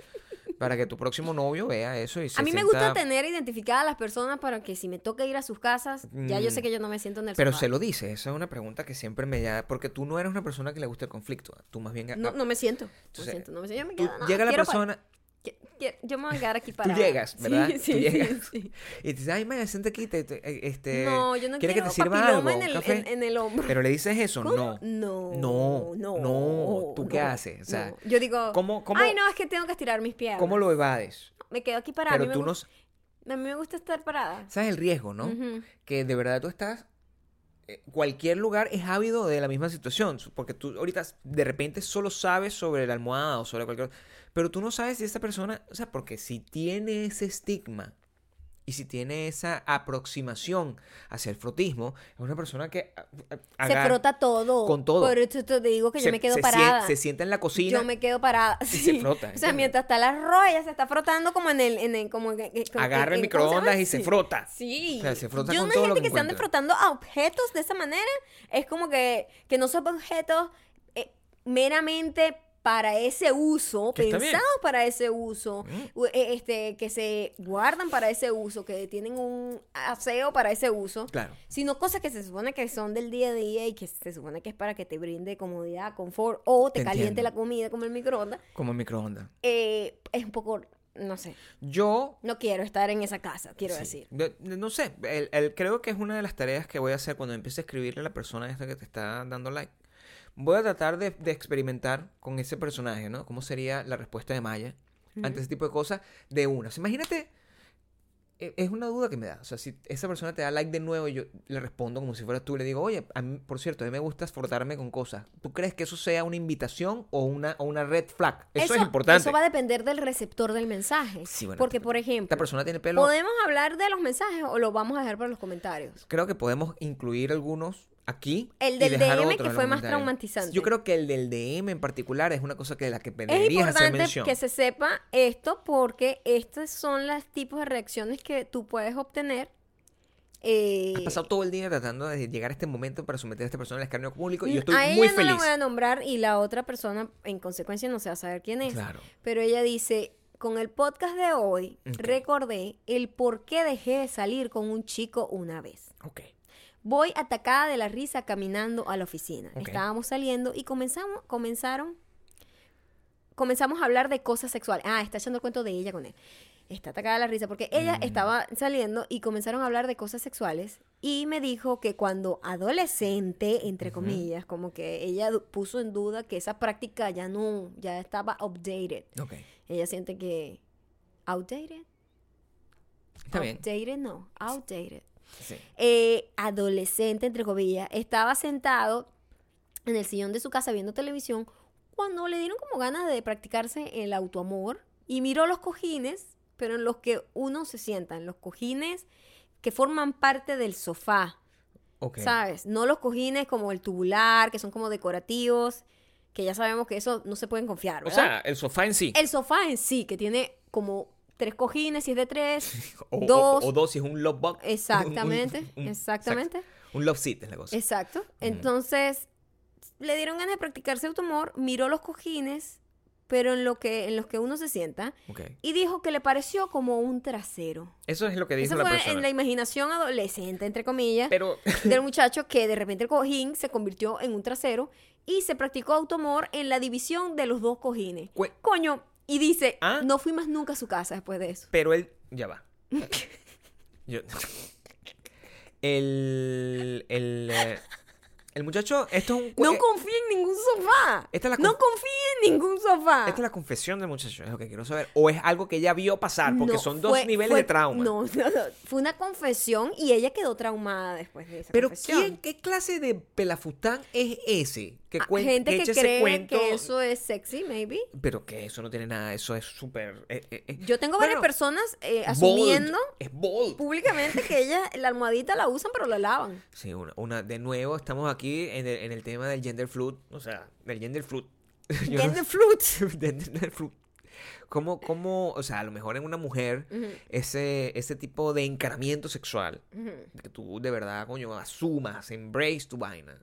S2: para que tu próximo novio vea eso y se
S1: A mí me
S2: sienta-
S1: gusta tener identificadas a las personas para que si me toca ir a sus casas, ya yo sé que yo no me siento en el
S2: Mm, Pero
S1: sofá.
S2: se lo dice, esa es una pregunta que siempre me da, porque tú no eres una persona que le gusta el conflicto, ¿eh? tú más bien...
S1: No, no me siento. No
S2: ah, Entonces,
S1: siento, no me siento. Yo me
S2: tú
S1: quedo, no,
S2: llega la
S1: quiero pa-
S2: persona,
S1: que- que- yo me voy a quedar aquí
S2: (laughs) tú
S1: parada.
S2: llegas,
S1: Sí,
S2: ¿verdad?
S1: Sí,
S2: tú
S1: sí,
S2: llegas
S1: sí.
S2: y te dices, ay, Maya, siéntate aquí, te- te- eh, este,
S1: No, yo no
S2: ¿quieres
S1: quiero
S2: que te sirva
S1: papiloma
S2: algo,
S1: en
S2: un
S1: el-
S2: café?
S1: en- en el hombro.
S2: Pero le dices eso,
S1: ¿Cómo?
S2: no.
S1: No,
S2: No,
S1: no,
S2: no, ¿tú qué
S1: no,
S2: haces? O sea,
S1: no. Yo digo,
S2: ¿cómo- cómo-
S1: ay, no, es que tengo que estirar mis piernas.
S2: ¿Cómo lo evades?
S1: Me quedo aquí parada. a mí
S2: Pero
S1: me
S2: tú
S1: gu-
S2: no...
S1: A mí me gusta estar parada.
S2: ¿Sabes el riesgo, no?
S1: Ujú.
S2: que de verdad tú estás. eh, Cualquier lugar es ávido de la misma situación, su- porque tú ahorita de repente solo sabes sobre la almohada o sobre cualquier pero tú no sabes si esta persona, o sea, porque si tiene ese estigma y si tiene esa aproximación hacia el frotismo, es una persona que a- a-
S1: Se
S2: agar-
S1: frota todo.
S2: con todo.
S1: Por eso te digo que yo
S2: se-
S1: me quedo
S2: se sien-
S1: parada.
S2: se sienta en la cocina
S1: Yo me quedo parada.
S2: se
S1: sí.
S2: frota,
S1: O sea,
S2: ¿entiendes?
S1: mientras está la arroz, ella se está frotando como en el. En el como en- en- como
S2: agarra el
S1: en- ¿cómo se llama?
S2: microondas y se
S1: Sí.
S2: frota.
S1: Sí.
S2: O sea, se frota
S1: Yo
S2: con
S1: no hay
S2: todo lo
S1: gente
S2: que
S1: que, se ande
S2: encuentra.
S1: frotando a objetos de esa manera. Es como que, que no son objetos eh, meramente para ese uso,
S2: Que está
S1: pensados
S2: bien. Mm.
S1: para ese uso, u- eh, este, que se guardan para ese uso, que tienen un aseo para ese uso.
S2: Claro.
S1: Sino cosas que se supone que son del día a día y que se supone que es para que te brinde comodidad, confort o te,
S2: Te
S1: caliente
S2: entiendo.
S1: la comida como el microondas.
S2: Como el microondas.
S1: eh, es un poco, no sé,
S2: Yo
S1: no quiero estar en esa casa, quiero
S2: Sí.
S1: decir.
S2: De- de- no sé, el- el- creo que es una de las tareas que voy a hacer cuando empiece a escribirle a la persona esta que te está dando like. Voy a tratar de, de experimentar con ese personaje, ¿no? ¿Cómo sería la respuesta de Maya ante ese tipo de cosas de una? O sea, imagínate, e- es una duda que me da. O sea, si esa persona te da like de nuevo, yo le respondo como si fuera tú, le digo, oye, a mí, por cierto, a mí me gusta frotarme con cosas. ¿Tú crees que eso sea una invitación o una, o una red flag? Eso, es importante.
S1: Eso va a depender del receptor del mensaje.
S2: Sí, bueno,
S1: Porque, por
S2: Esta
S1: ejemplo,
S2: persona tiene pelo.
S1: ¿podemos hablar de los mensajes o lo vamos a dejar para los comentarios?
S2: Creo que podemos incluir algunos aquí.
S1: El
S2: y
S1: del
S2: dejar
S1: DM
S2: otros
S1: que
S2: en
S1: fue
S2: los
S1: más
S2: comentarios.
S1: traumatizante.
S2: Yo creo que el del DM en particular es una cosa que de la que
S1: Es
S2: deberías hacer
S1: importante
S2: mención.
S1: que se sepa esto porque estos son los tipos de reacciones que tú puedes obtener. eh,
S2: Has pasado todo el día tratando de llegar a este momento para someter a esta persona al escarnio público y yo
S1: Mm,
S2: estoy
S1: a ella
S2: muy
S1: no la
S2: feliz.
S1: voy a nombrar y la otra persona, en consecuencia, no se va a saber quién es.
S2: Claro.
S1: Pero ella dice, con el podcast de hoy,
S2: Ok.
S1: recordé el por qué dejé de salir con un chico una vez.
S2: Ok.
S1: Voy atacada de la risa caminando a la oficina.
S2: Ok.
S1: Estábamos saliendo y comenzamos, comenzaron, comenzamos a hablar de cosas sexuales. Ah, está echando el cuento de ella con él. Está atacada de la risa porque
S2: Mm.
S1: ella estaba saliendo y comenzaron a hablar de cosas sexuales y me dijo que cuando adolescente, entre comillas, como que ella du- puso en duda que esa práctica ya no, ya estaba outdated.
S2: Ok.
S1: Ella siente que outdated,
S2: Está bien.
S1: outdated no, outdated
S2: Sí.
S1: eh, adolescente, entre comillas, estaba sentado en el sillón de su casa viendo televisión cuando le dieron como ganas de practicarse el autoamor y miró los cojines, pero en los que uno se sienta, en los cojines que forman parte del sofá,
S2: Ok.
S1: ¿sabes? No los cojines como el tubular, que son como decorativos, que ya sabemos que eso no se pueden confiar,
S2: O
S1: ¿verdad?
S2: sea, el sofá en sí.
S1: el sofá en sí, que tiene como tres cojines, si es de
S2: (laughs)
S1: tres,
S2: O- o-
S1: dos,
S2: O, dos si es un love box. (laughs) Un- un-
S1: Exactamente,
S2: un- un-
S1: exactamente.
S2: exacto. Un love seat es la cosa.
S1: Exacto. Entonces, le dieron ganas de practicarse autoamor, miró los cojines, pero en, lo que, en los que uno se sienta,
S2: Ok.
S1: y dijo que le pareció como un trasero.
S2: Eso es lo que dijo
S1: Eso
S2: la
S1: fue
S2: persona.
S1: en la imaginación adolescente, entre comillas,
S2: Pero
S1: (laughs) del muchacho que de repente el cojín se convirtió en un trasero y se practicó autoamor en la división de los dos cojines.
S2: (laughs) Cue-
S1: Coño, y dice,
S2: ¿Ah?
S1: no fui más nunca a su casa después de eso.
S2: Pero él. Ya (laughs) va. Yo. El. El. eh, El muchacho, esto es un...
S1: No
S2: eh,
S1: confíe en ningún sofá.
S2: Esta es la
S1: no
S2: conf-
S1: confíe en ningún sofá.
S2: Esta es la confesión del muchacho, es lo que quiero saber. O es algo que ella vio pasar, porque
S1: No,
S2: son dos
S1: fue-
S2: niveles
S1: fue-
S2: de trauma.
S1: No, (laughs) no, no, fue una confesión y ella quedó traumada después de esa
S2: Pero
S1: confesión.
S2: ¿quién, ¿qué clase de pelafután es ese? Que
S1: Ah,
S2: cuen-
S1: Gente
S2: que
S1: que
S2: echa ese
S1: cree
S2: cuento-
S1: que eso es sexy, maybe.
S2: Pero que eso no tiene nada, eso es súper... eh, eh, eh.
S1: Yo tengo varias
S2: Bueno,
S1: personas eh,
S2: bold,
S1: asumiendo
S2: Es bold.
S1: públicamente que ella la almohadita la usan pero la lavan.
S2: Sí, una, una- de nuevo estamos aquí en el, en el tema del gender fluid, o sea, del gender fluid. (laughs) (laughs) Yo no-
S1: Gender fluid.
S2: (laughs) del gender fluid. ¿Cómo, cómo, o sea, a lo mejor en una mujer
S1: Ujú.
S2: ese, ese tipo de encaramiento sexual, que tú de verdad, coño, asumas, embrace tu vaina,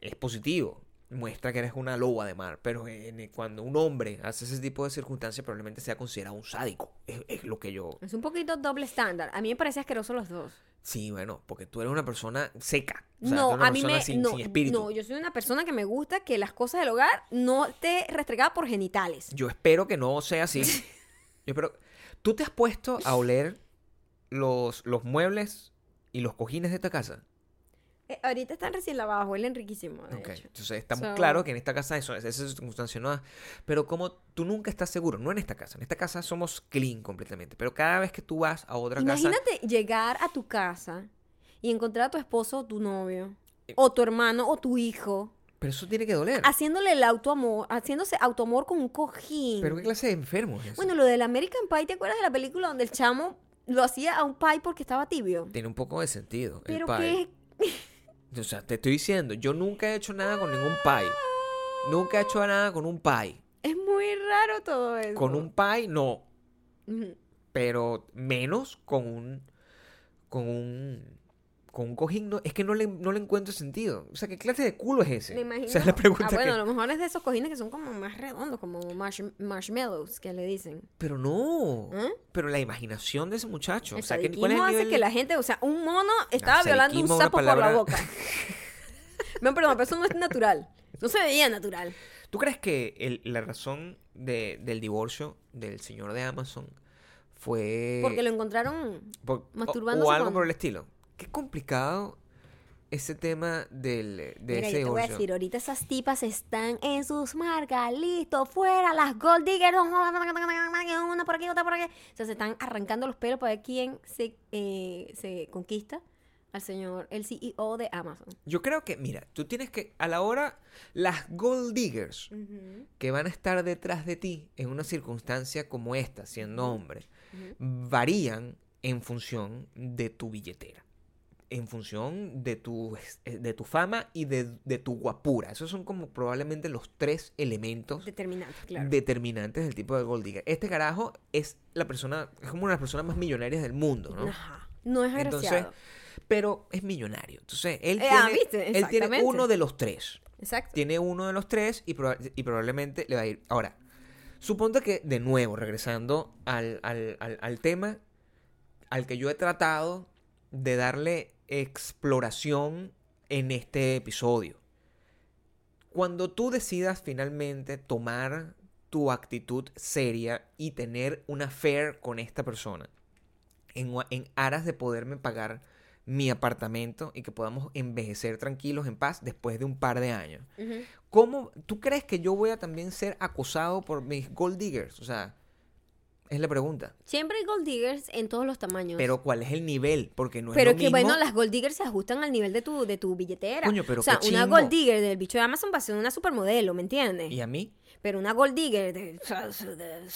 S2: es positivo. Muestra que eres una loba de mar, pero en- eh, cuando un hombre hace ese tipo de circunstancias probablemente sea considerado un sádico. Es, es lo que yo...
S1: Es un poquito doble estándar. A mí me parece asqueroso los dos.
S2: Sí, bueno, porque tú eres una persona seca. o sea, tú eres
S1: no,
S2: una
S1: a mí
S2: persona
S1: me
S2: sin,
S1: no,
S2: sin espíritu.
S1: no, yo soy una persona que me gusta que las cosas del hogar no te restregada por genitales.
S2: Yo espero que no sea así. Yo espero. ¿Tú te has puesto a oler los, los muebles y los cojines de esta casa?
S1: Eh, ahorita están recién lavados, huelen riquísimo, de
S2: Ok.
S1: hecho.
S2: Entonces estamos
S1: So-
S2: claros que en esta casa eso, esa circunstancia no da. Pero como tú nunca estás seguro, no en esta casa, en esta casa somos clean completamente. Pero cada vez que tú vas a otra casa,
S1: Imagínate llegar a tu casa y encontrar a tu esposo o tu novio o tu hermano o tu hijo
S2: pero eso tiene que doler.
S1: haciéndole el autoamor, haciéndose autoamor con un cojín.
S2: Pero qué clase de enfermo es eso?
S1: Bueno, lo del American Pie, ¿te acuerdas de la película donde el chamo lo hacía a un pie porque estaba tibio?
S2: Tiene un poco de sentido. el
S1: Pero
S2: pie.
S1: que
S2: O sea, te estoy diciendo, yo nunca he hecho nada con ningún pie. Nunca he hecho nada con un pie.
S1: es muy raro todo eso.
S2: Con un pie, no.
S1: Ujú.
S2: pero menos con un con un con un cojín no, es que no le, no le encuentro sentido o sea qué clase de culo es ese
S1: Me imagino.
S2: o sea la pregunta
S1: ah,
S2: que-
S1: bueno, a lo mejor es de esos cojines que son como más redondos, como marsh- marshmallows, que le dicen.
S2: pero no
S1: ¿Eh?
S2: pero la imaginación de ese muchacho
S1: El
S2: o sea que, ¿cuál es
S1: sadiquismo
S2: el
S1: hace
S2: nivel?
S1: que la gente, o sea, un mono estaba
S2: el
S1: violando un
S2: sadiquismo es una
S1: sapo por
S2: palabra-
S1: la
S2: (laughs)
S1: boca. no, perdón, pero eso no es natural. No se veía natural.
S2: tú crees que el- la razón de- del divorcio del señor de Amazon fue
S1: Porque lo encontraron.
S2: por- o-
S1: masturbándose
S2: o algo
S1: con-
S2: por el estilo qué complicado ese tema del de
S1: Mira,
S2: ese
S1: yo te voy a
S2: divorcio
S1: decir, ahorita esas tipas están en sus marcas, listo, fuera, las gold diggers, una por aquí, otra por aquí. O sea, se están arrancando los pelos para ver quién se, eh, se conquista al señor, el CEO de Amazon.
S2: Yo creo que, mira, tú tienes que, a la hora, las gold diggers que van a estar detrás de ti en una circunstancia como esta, siendo hombre, varían en función de tu billetera, en función de tu, eh, de tu fama y de, de tu guapura. Esos son como probablemente los tres elementos
S1: Determinante, claro.
S2: determinantes del tipo de gold digger. Este carajo es la persona, es como una de las personas más millonarias del mundo, ¿no?
S1: Ajá. No es agraciado.
S2: Entonces, pero es millonario. Entonces, él,
S1: Eh,
S2: tiene,
S1: ah, ¿viste?
S2: él tiene
S1: Exactamente.
S2: uno de los tres.
S1: Exacto.
S2: Tiene uno de los tres y, proba- y probablemente le va a ir. Ahora, suponte que, de nuevo, regresando al, al- al- al tema al que yo he tratado de darle exploración en este episodio. Cuando tú decidas finalmente tomar tu actitud seria y tener una affair con esta persona, en, gua- en aras de poderme pagar mi apartamento y que podamos envejecer tranquilos, en paz, después de un par de años.
S1: Ujú.
S2: ¿Cómo tú crees que yo voy a también ser acosado por mis gold diggers? O sea, es la pregunta.
S1: Siempre hay gold diggers en todos los tamaños.
S2: Pero ¿cuál es el nivel? Porque no es
S1: Pero
S2: lo
S1: que bueno,
S2: mismo-
S1: las gold diggers se ajustan al nivel de tu, de tu billetera.
S2: Coño, pero
S1: o sea,
S2: qué
S1: una
S2: chimbo.
S1: gold digger del bicho de Amazon va a ser una supermodelo, ¿me entiendes?
S2: ¿Y a mí?
S1: Pero una gold digger de, de-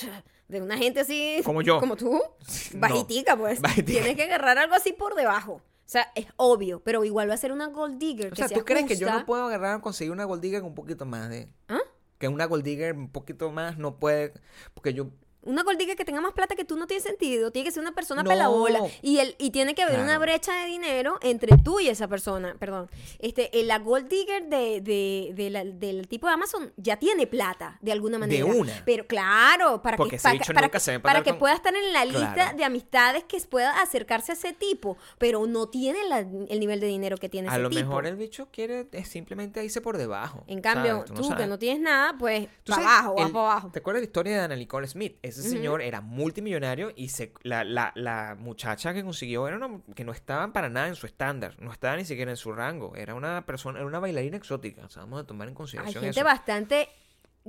S1: de una gente así.
S2: Como yo.
S1: Como tú.
S2: (laughs) No.
S1: Bajitica, pues.
S2: Bajitica.
S1: Tienes que agarrar algo así por debajo. O sea, es obvio, pero igual va a ser una gold digger.
S2: O
S1: que
S2: sea,
S1: se
S2: ¿tú crees que yo
S1: ajusta.
S2: no puedo agarrar conseguir una gold digger con un poquito más de...
S1: ¿Ah?
S2: Que una gold digger un poquito más no puede... Porque yo...
S1: Una gold digger que tenga más plata que tú no tiene sentido. Tiene que ser una persona
S2: No.
S1: pelabola. Y, el, y tiene que haber una
S2: Claro.
S1: brecha de dinero entre tú y esa persona. Perdón. Este, eh, la gold digger de, de- de la- del tipo de Amazon ya tiene plata, de alguna manera.
S2: una.
S1: Pero claro, para
S2: Porque
S1: que,
S2: ese
S1: para,
S2: bicho
S1: para
S2: nunca
S1: que-
S2: se va a
S1: para
S2: parar
S1: que
S2: con-
S1: pueda estar en la lista
S2: Claro.
S1: de amistades que pueda acercarse a ese tipo. Pero no tiene la- el nivel de dinero que tiene
S2: A
S1: ese
S2: lo
S1: tipo.
S2: mejor el bicho quiere eh, simplemente irse por debajo.
S1: En cambio,
S2: ¿sabes?
S1: tú, que
S2: sabes.
S1: no tienes nada, pues
S2: ¿Tú
S1: para
S2: sabes
S1: abajo, vas
S2: el-
S1: para abajo.
S2: ¿Te acuerdas de la historia de Anna Nicole Smith? Es ese señor era multimillonario y se, la, la- la muchacha que consiguió era una que no estaba para nada en su estándar, no estaba ni siquiera en su rango, era una persona, era una bailarina exótica, o sea, vamos a tomar en
S1: Hay
S2: consideración
S1: gente
S2: eso.
S1: bastante,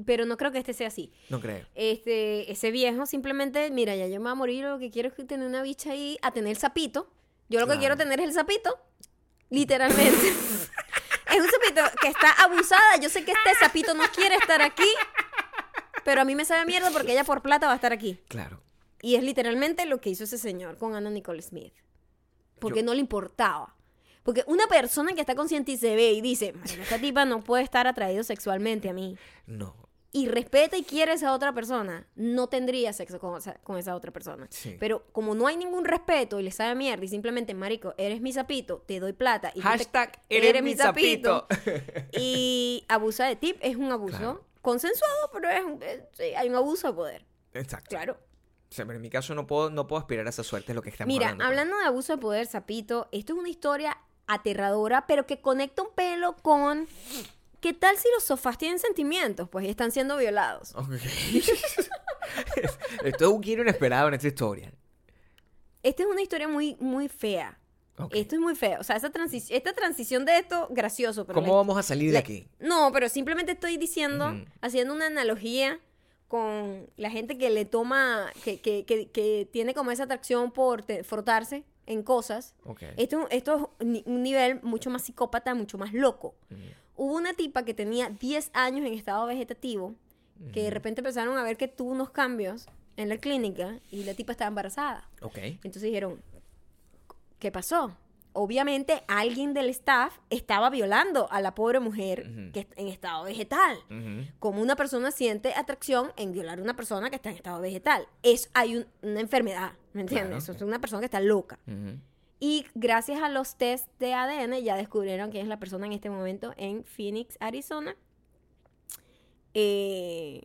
S1: pero no creo que este sea así.
S2: No creo.
S1: Este, ese viejo simplemente, mira, ya yo me voy a morir, lo que quiero es que tener una bicha ahí, a tener el sapito. Yo lo que
S2: Claro.
S1: quiero tener es el sapito, literalmente. (laughs) es un sapito que está abusada, yo sé que este sapito no quiere estar aquí, pero a mí me sabe mierda porque ella por plata va a estar aquí.
S2: Claro.
S1: Y es literalmente lo que hizo ese señor con Anna Nicole Smith. Porque
S2: Yo-
S1: no le importaba. Porque una persona que está consciente y se ve y dice, "Marico, esta tipa no puede estar atraído sexualmente a mí
S2: No.
S1: y respeta y quiere a esa otra persona, no tendría sexo con, esa- con esa otra persona.
S2: Sí.
S1: Pero como no hay ningún respeto y le sabe mierda y simplemente, marico, eres mi sapito, te doy plata. Y tú te-
S2: Hashtag eres mi sapito.
S1: (laughs) y abusa de ti, es un abuso
S2: Claro.
S1: consensuado, pero es un- eh, sí, hay un abuso de poder.
S2: (laughs) Exacto.
S1: Claro.
S2: O sea, pero en mi caso no puedo, no puedo aspirar a esa suerte, es lo que estamos
S1: Mira,
S2: hablando. pues.
S1: hablando de abuso de poder, sapito, esto es una historia aterradora, pero que conecta un pelo con... ¿Qué tal si los sofás tienen sentimientos? Pues y están siendo violados.
S2: Ok. (laughs) Esto es un giro inesperado en esta historia.
S1: Esta es una historia muy, muy fea.
S2: Ok.
S1: Esto es muy feo. O sea, esa transi- esta transición de esto, gracioso. Pero
S2: ¿Cómo
S1: la-
S2: vamos a salir de
S1: la-
S2: aquí?
S1: No, pero simplemente estoy diciendo,
S2: Ujú.
S1: haciendo una analogía con la gente que le toma, que, que, que, que tiene como esa atracción por te- frotarse en cosas.
S2: Ok.
S1: Esto, esto es ni- un nivel mucho más psicópata, mucho más loco.
S2: Mm.
S1: Hubo una tipa que tenía 10 años en estado vegetativo, que de repente empezaron a ver que tuvo unos cambios en la clínica y la tipa estaba embarazada.
S2: Ok.
S1: Entonces dijeron, ¿qué pasó? Obviamente alguien del staff estaba violando a la pobre mujer
S2: Ujú.
S1: que est- en estado vegetal.
S2: Ujú.
S1: Como una persona siente atracción en violar a una persona que está en estado vegetal. Es, hay un- una enfermedad, ¿me entiendes?
S2: Claro.
S1: Eso es una persona que está loca.
S2: Ujú.
S1: Y gracias a los test de ADN ya descubrieron quién es la persona en este momento en Phoenix, Arizona. Eh,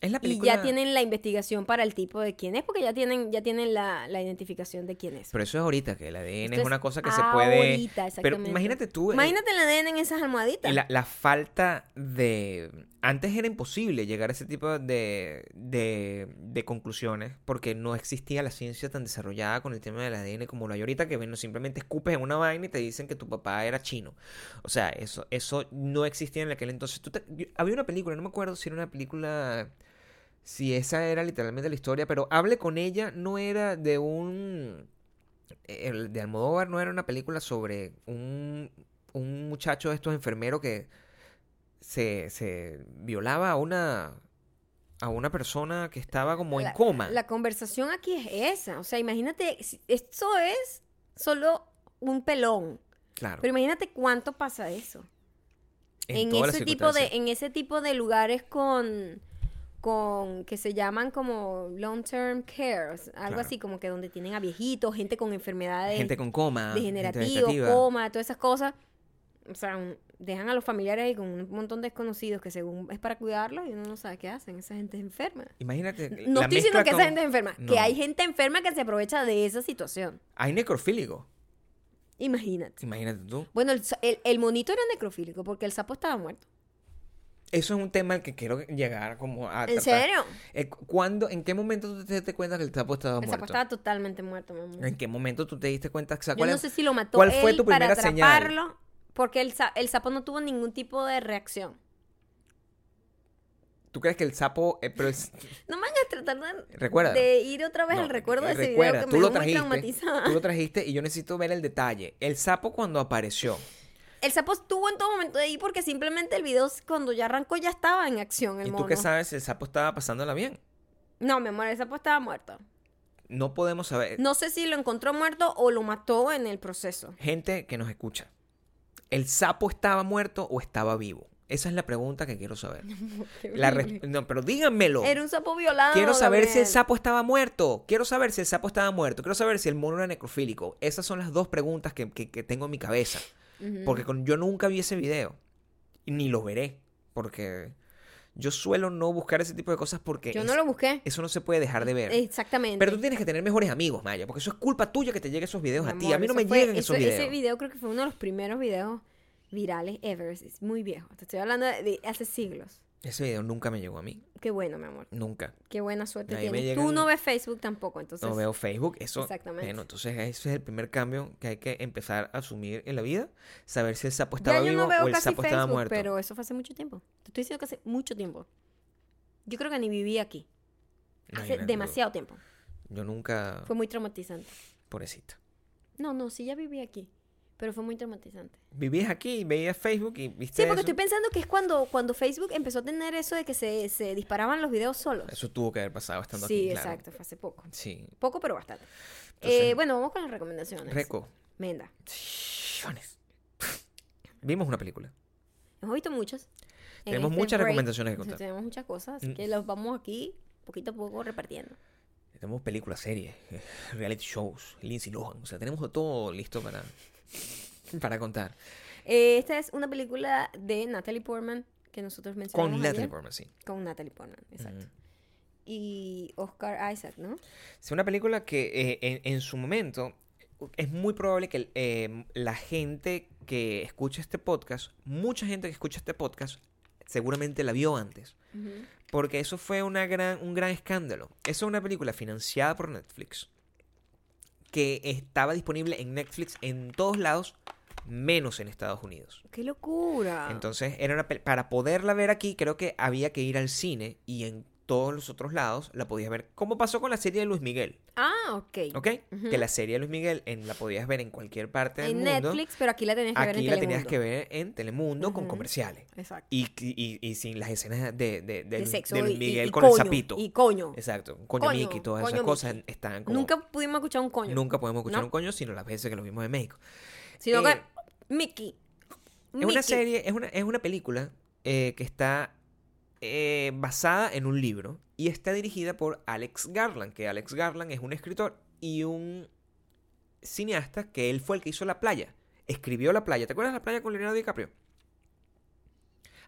S2: Es la
S1: y
S2: película.
S1: ya tienen la investigación para el tipo de quién es, porque ya tienen, ya tienen la, la identificación de quién es.
S2: Pero eso es ahorita, que el ADN
S1: Esto
S2: es
S1: es
S2: una cosa que se puede.
S1: ahorita,
S2: Pero
S1: ah, exactamente.
S2: imagínate tú. eh,
S1: Imagínate el ADN en esas almohaditas.
S2: la, la falta de. Antes era imposible llegar a ese tipo de, de, de conclusiones porque no existía la ciencia tan desarrollada con el tema del ADN como lo hay ahorita, que bueno, simplemente escupes en una vaina y te dicen que tu papá era chino. O sea, eso, eso no existía en aquel entonces. Tú te- yo- había una película, no me acuerdo si era una película. Si esa era literalmente la historia, pero Hable con ella no era de un. el de Almodóvar no era una película sobre un, un muchacho de estos enfermeros que se, se violaba a una a una persona que estaba como en
S1: La-
S2: coma.
S1: La conversación aquí es esa. O sea, imagínate, si- esto es solo un pelón.
S2: claro.
S1: Pero imagínate cuánto pasa eso. En,
S2: todas las
S1: ese tipo de,
S2: circunstancias.
S1: en ese tipo de lugares con con que se llaman como long term care, o sea, algo
S2: Claro.
S1: así como que donde tienen a viejitos, gente con enfermedades
S2: gente con coma, gente
S1: degenerativo,
S2: vegetativa.
S1: coma, todas esas cosas. O sea, un- dejan a los familiares ahí con un montón de desconocidos que según es para cuidarlos y uno no sabe qué hacen. Esa gente es enferma.
S2: Imagínate.
S1: No
S2: la
S1: estoy diciendo
S2: mezcla
S1: que
S2: con-
S1: esa gente es enferma,
S2: No.
S1: que hay gente enferma que se aprovecha de esa situación.
S2: Hay necrofílico.
S1: Imagínate.
S2: Imagínate tú.
S1: Bueno, el, sa- el, el monito era necrofílico porque el sapo estaba muerto.
S2: Eso es un tema al que quiero llegar como a
S1: ¿En
S2: tratar.
S1: serio?
S2: Eh, cu- ¿Cuándo, en qué momento tú te diste cuenta que el sapo estaba
S1: El sapo
S2: muerto?
S1: estaba totalmente muerto, mi amor.
S2: ¿En qué momento tú te diste cuenta? O sea,
S1: Yo
S2: ¿cuál
S1: no
S2: es-
S1: sé si lo mató
S2: cuál fue
S1: él
S2: tu
S1: para
S2: primera señal?
S1: atraparlo porque el, sa- el sapo no tuvo ningún tipo de reacción.
S2: ¿Tú crees que el sapo... eh, pero es-
S1: No me hagas tratar de,
S2: Recuerda.
S1: de ir otra vez
S2: No,
S1: al recuerdo de
S2: eh,
S1: ese
S2: recuerda,
S1: video que
S2: tú
S1: me
S2: lo
S1: dejó muy
S2: trajiste,
S1: traumatizada. (laughs)
S2: Tú lo trajiste y yo necesito ver el detalle. El sapo cuando apareció.
S1: El sapo estuvo en todo momento ahí porque simplemente el video cuando ya arrancó ya estaba en acción el
S2: ¿Y
S1: mono.
S2: tú qué sabes? El sapo estaba pasándola bien.
S1: No, mi amor, el sapo estaba muerto.
S2: No podemos saber.
S1: No sé si lo encontró muerto o lo mató en el proceso. (laughs)
S2: Gente que nos escucha. ¿El sapo estaba muerto o estaba vivo? Esa es la pregunta que quiero
S1: (laughs)
S2: saber. La res- no, pero díganmelo.
S1: Era un sapo violado.
S2: Quiero saber si el
S1: Gabriel.
S2: sapo estaba muerto. Quiero saber si el sapo estaba muerto. Quiero saber si el mono era necrofílico. Esas son las dos preguntas que, que- que tengo en mi cabeza.
S1: Ujú.
S2: Porque con- yo nunca vi ese video. Y ni lo veré. Porque yo suelo no buscar ese tipo de cosas porque
S1: Yo
S2: es-
S1: no lo busqué.
S2: eso no se puede dejar de ver.
S1: Exactamente.
S2: Pero tú tienes que tener mejores amigos, Maya. Porque eso es culpa tuya que te lleguen esos videos
S1: Mi
S2: a ti.
S1: amor,
S2: A mí no
S1: eso
S2: me
S1: fue-
S2: llegan
S1: eso-
S2: esos videos.
S1: Ese video creo que fue uno de los primeros videos virales ever. Es muy viejo. Te estoy hablando de, de hace siglos.
S2: Ese video nunca me llegó a mí.
S1: Qué bueno, mi amor.
S2: Nunca.
S1: Qué buena suerte
S2: A mí me
S1: tienes. Tú
S2: llegan-
S1: no ves Facebook tampoco, entonces.
S2: no veo Facebook, eso.
S1: Exactamente.
S2: Bueno, entonces ese es el primer cambio que hay que empezar a asumir en la vida. Saber si el sapo estaba
S1: Ya yo
S2: vivo
S1: no veo
S2: o el
S1: casi
S2: sapo estaba
S1: Facebook,
S2: muerto.
S1: pero eso fue hace mucho tiempo. Te estoy diciendo que hace mucho tiempo. Yo creo que ni viví aquí. Hace
S2: Imagínate,
S1: demasiado tiempo.
S2: Yo nunca.
S1: Fue muy traumatizante.
S2: Pobrecita.
S1: No, no, sí ya viví aquí. Pero fue muy traumatizante.
S2: Vivías aquí y veías Facebook y
S1: Sí,
S2: viste.
S1: porque
S2: eso.
S1: estoy pensando que es cuando, cuando Facebook empezó a tener eso de que se, se disparaban los videos solos.
S2: Eso tuvo que haber pasado estando
S1: Sí,
S2: aquí. claro.
S1: exacto, fue hace poco.
S2: Sí.
S1: Poco, pero bastante.
S2: Entonces-
S1: Eh, bueno, vamos con las recomendaciones.
S2: Reco.
S1: Menda.
S2: Siones. Vimos una película.
S1: Hemos visto muchas. En este
S2: Tenemos muchas recomendaciones que contar.
S1: Tenemos muchas cosas, así
S2: Mm.
S1: que los vamos aquí poquito a poco repartiendo.
S2: Tenemos películas, series, (laughs) eh, reality shows, Lindsay Lohan. O sea, tenemos de todo listo para, para contar.
S1: Eh, esta es una película de Natalie Portman que nosotros mencionamos.
S2: Con
S1: ayer.
S2: Natalie Portman, sí.
S1: Con Natalie Portman, exacto. Y Oscar Isaac, ¿no?
S2: Es una película que eh, en, en su momento es muy probable que eh, la gente que escucha este podcast, mucha gente que escucha este podcast, seguramente la vio antes.
S1: Ujú.
S2: Porque eso fue una gran, un gran escándalo. Esa es una película financiada por Netflix que estaba disponible en Netflix en todos lados, menos en Estados Unidos.
S1: ¡Qué locura!
S2: Entonces, era una pel- para poderla ver aquí, creo que había que ir al cine y en todos los otros lados la podías ver. Como pasó con la serie de Luis Miguel,
S1: ah, ok.
S2: ¿ok? Que la serie de Luis Miguel en, la podías ver en cualquier parte del
S1: En
S2: este mundo.
S1: Netflix, pero aquí la tenías que ver
S2: aquí
S1: en
S2: la tenías
S1: Telemundo.
S2: que ver en Telemundo con
S1: Ujú.
S2: comerciales.
S1: Exacto.
S2: Y, y- y- y sin las escenas de, de, de-
S1: de
S2: de
S1: sexo
S2: Luis
S1: y-
S2: Miguel
S1: y
S2: con el
S1: coño,
S2: sapito.
S1: Y coño.
S2: Exacto, un coño,
S1: Coño,
S2: Mickey, todas
S1: coño
S2: esas cosas
S1: Mickey.
S2: están como...
S1: Nunca pudimos escuchar un coño.
S2: nunca podemos escuchar
S1: No.
S2: un coño, sino las veces que lo vimos en México.
S1: Sino
S2: eh,
S1: que Mickey.
S2: Es una serie, es una, es una película eh, que está eh, basada en un libro y está dirigida por Alex Garland, que Alex Garland es un escritor y un cineasta que él fue el que hizo La Playa. Escribió La Playa. ¿Te acuerdas de La Playa con Leonardo DiCaprio?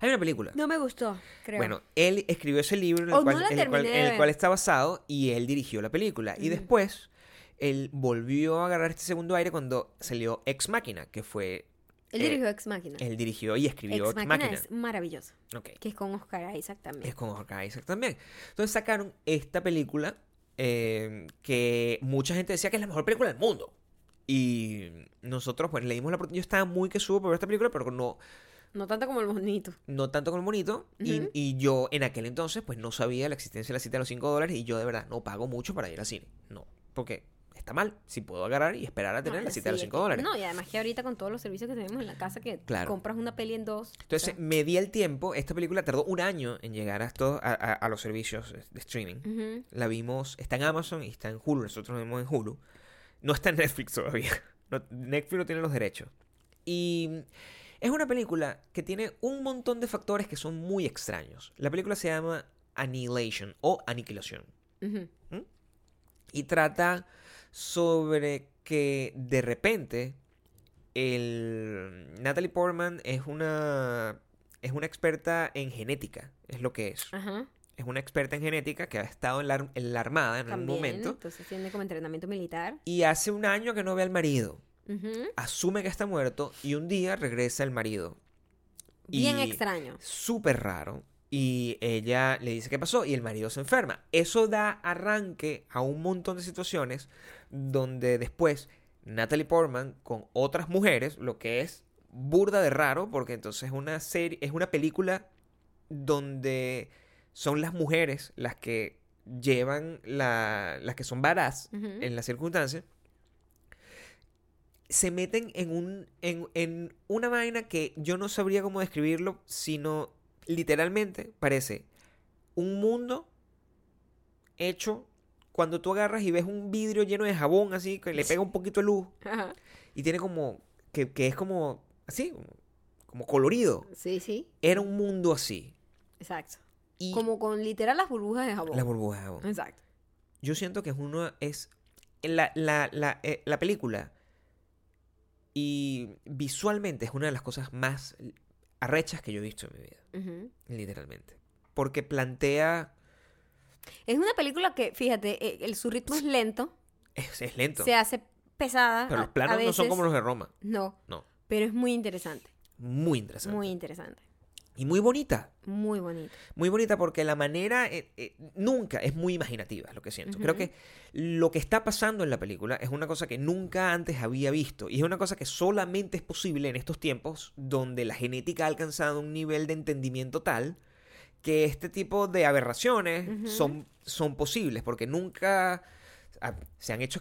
S2: Hay una película.
S1: No me gustó, creo.
S2: Bueno, él escribió ese libro en el,
S1: Oh, no
S2: cual,
S1: la
S2: en el cual-
S1: terminé
S2: en
S1: de
S2: el
S1: ver.
S2: cual está basado y él dirigió la película. Y
S1: Ujú.
S2: después, él volvió a agarrar este segundo aire cuando salió Ex Máquina, que fue...
S1: él
S2: eh,
S1: dirigió Ex Máquina.
S2: Él dirigió y escribió
S1: Ex
S2: Ex
S1: Máquina
S2: Máquina.
S1: es maravilloso.
S2: Ok.
S1: Que es con Oscar Isaac también.
S2: Es con Oscar Isaac también. Entonces sacaron esta película eh, que mucha gente decía que es la mejor película del mundo. Y nosotros, pues, leímos la... oportun- Yo estaba muy que subo por ver esta película, pero no,
S1: No tanto como el bonito.
S2: no tanto con el monito. y-
S1: Ujú.
S2: y, yo en aquel entonces, pues no sabía la existencia de la cita de los 5 dólares. Y yo de verdad no pago mucho para ir al cine. No, porque está mal. Si puedo agarrar y esperar a tener la cita de los 5 dólares.
S1: No, y además que ahorita con todos los servicios que tenemos en la casa que
S2: Claro.
S1: compras una peli en dos. o
S2: Entonces
S1: sea,
S2: me di el tiempo. Esta película tardó un año en llegar a, estos- a, a- a los servicios de streaming.
S1: ujú.
S2: La vimos, está en Amazon y está en Hulu. Nosotros la vimos en Hulu. No está en Netflix todavía. (laughs) No- Netflix no tiene los derechos. Y es una película que tiene un montón de factores que son muy extraños. La película se llama Annihilation o Aniquilación.
S1: Ujú.
S2: Y trata sobre que de repente el Natalie Portman es una es una experta en genética, es lo que es.
S1: Ajá.
S2: Es una experta en genética que ha estado en la, ar- en la armada en algún
S1: También.
S2: momento
S1: Entonces tiene como entrenamiento militar.
S2: y hace un año que no ve al marido.
S1: Ujú.
S2: Asume que está muerto y un día regresa el marido. Y-
S1: Bien extraño.
S2: Súper raro. Y ella le dice qué pasó y el marido se enferma. Eso da arranque a un montón de situaciones donde después Natalie Portman con otras mujeres, lo que es burda de raro, porque entonces es una serie, es una película donde son las mujeres las que llevan la, las que son varas
S1: Ujú.
S2: en la circunstancia, se meten en, un, en, en una vaina que yo no sabría cómo describirlo, sino literalmente parece un mundo hecho cuando tú agarras y ves un vidrio lleno de jabón así, que le pega un poquito de luz
S1: Ajá.
S2: y tiene como, que, que es como, así, como colorido.
S1: Sí, sí.
S2: Era un mundo así.
S1: Exacto.
S2: Y
S1: Como con literal las burbujas de jabón.
S2: la burbuja de jabón.
S1: Exacto.
S2: Yo siento que es uno es la, la, la, eh, la película y visualmente es una de las cosas más arrechas que yo he visto en mi vida,
S1: Ujú.
S2: literalmente. Porque plantea
S1: Es una película que, fíjate, eh, el, su ritmo es lento,
S2: es, es lento,
S1: se hace pesada.
S2: pero
S1: a-
S2: los
S1: a
S2: planos no son
S1: veces.
S2: como los de Roma,
S1: No,
S2: no,
S1: pero es muy interesante.
S2: muy interesante.
S1: Muy interesante.
S2: Y muy bonita,
S1: Muy bonito.
S2: muy bonita porque la manera eh, eh, nunca es muy imaginativa, es lo que siento. Creo que lo que está pasando en la película es una cosa que nunca antes había visto y es una cosa que solamente es posible en estos tiempos donde la genética ha alcanzado un nivel de entendimiento tal que este tipo de aberraciones son, son posibles porque nunca ah, se han hecho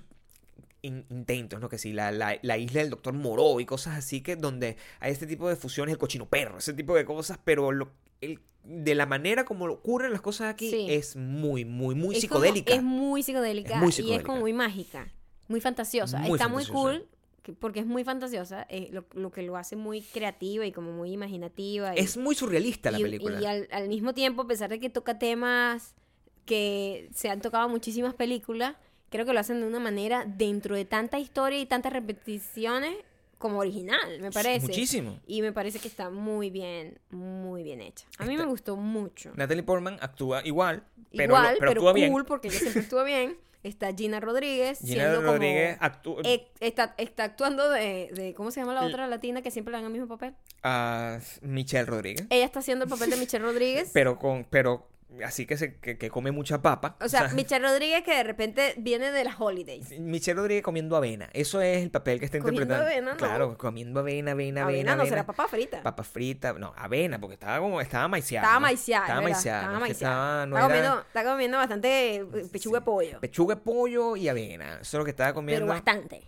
S2: in- intentos, ¿no? Que si la, la- la isla del doctor Moró y cosas así, que donde hay este tipo de fusiones, el cochino perro, ese tipo de cosas, pero lo- el- de la manera como ocurren las cosas aquí
S1: Sí.
S2: es muy, muy, muy
S1: Es como-
S2: psicodélica.
S1: es muy psicodélica,
S2: Es muy
S1: y es
S2: psicodélica.
S1: como muy mágica, muy fantasiosa.
S2: Muy
S1: Está muy
S2: fantasiosa.
S1: cool que- porque es muy fantasiosa, eh, lo, lo que lo hace muy creativa y como muy imaginativa. y-
S2: Es muy surrealista la
S1: y-
S2: película.
S1: Y al, al mismo tiempo, a pesar de que toca temas que se han tocado en muchísimas películas, creo que lo hacen de una manera dentro de tanta historia y tantas repeticiones como original, me
S2: Sí,
S1: parece.
S2: muchísimo.
S1: Y me parece que está muy bien, muy bien hecha. A mí
S2: Está-
S1: me gustó mucho.
S2: Natalie Portman actúa igual, Este, pero, lo-
S1: Igual,
S2: pero
S1: pero,
S2: actúa
S1: cool,
S2: bien.
S1: porque ella siempre estuvo bien. Está Gina Rodríguez.
S2: Gina
S1: siendo como-
S2: Rodríguez ah, actúa.
S1: ex- está, está actuando de, de- ¿Cómo se llama la otra latina que siempre le dan el mismo papel?
S2: a ah, Michelle Rodríguez.
S1: Ella está haciendo el papel de Michelle Rodríguez.
S2: Pero con. Pero. Así que se que, que come mucha papa.
S1: O sea, Michelle Rodríguez que de repente viene de las holidays.
S2: Michelle Rodríguez comiendo avena. Eso es el papel que está
S1: Comiendo
S2: interpretando.
S1: avena, ¿no?
S2: Claro, comiendo avena, avena, avena.
S1: Avena no será
S2: avena.
S1: papá frita.
S2: Papa frita, no, avena, porque estaba como, estaba maiciada.
S1: Estaba
S2: ¿no?
S1: maiciada.
S2: Estaba
S1: es verdad,
S2: maiciada.
S1: Estaba
S2: no es que
S1: maiciada.
S2: estaba- no
S1: Está
S2: era
S1: comiendo- Está comiendo bastante eh, pechuga de pollo.
S2: Pechuga, de pollo y avena. Eso es lo que estaba comiendo.
S1: Pero
S2: Pero,
S1: bastante.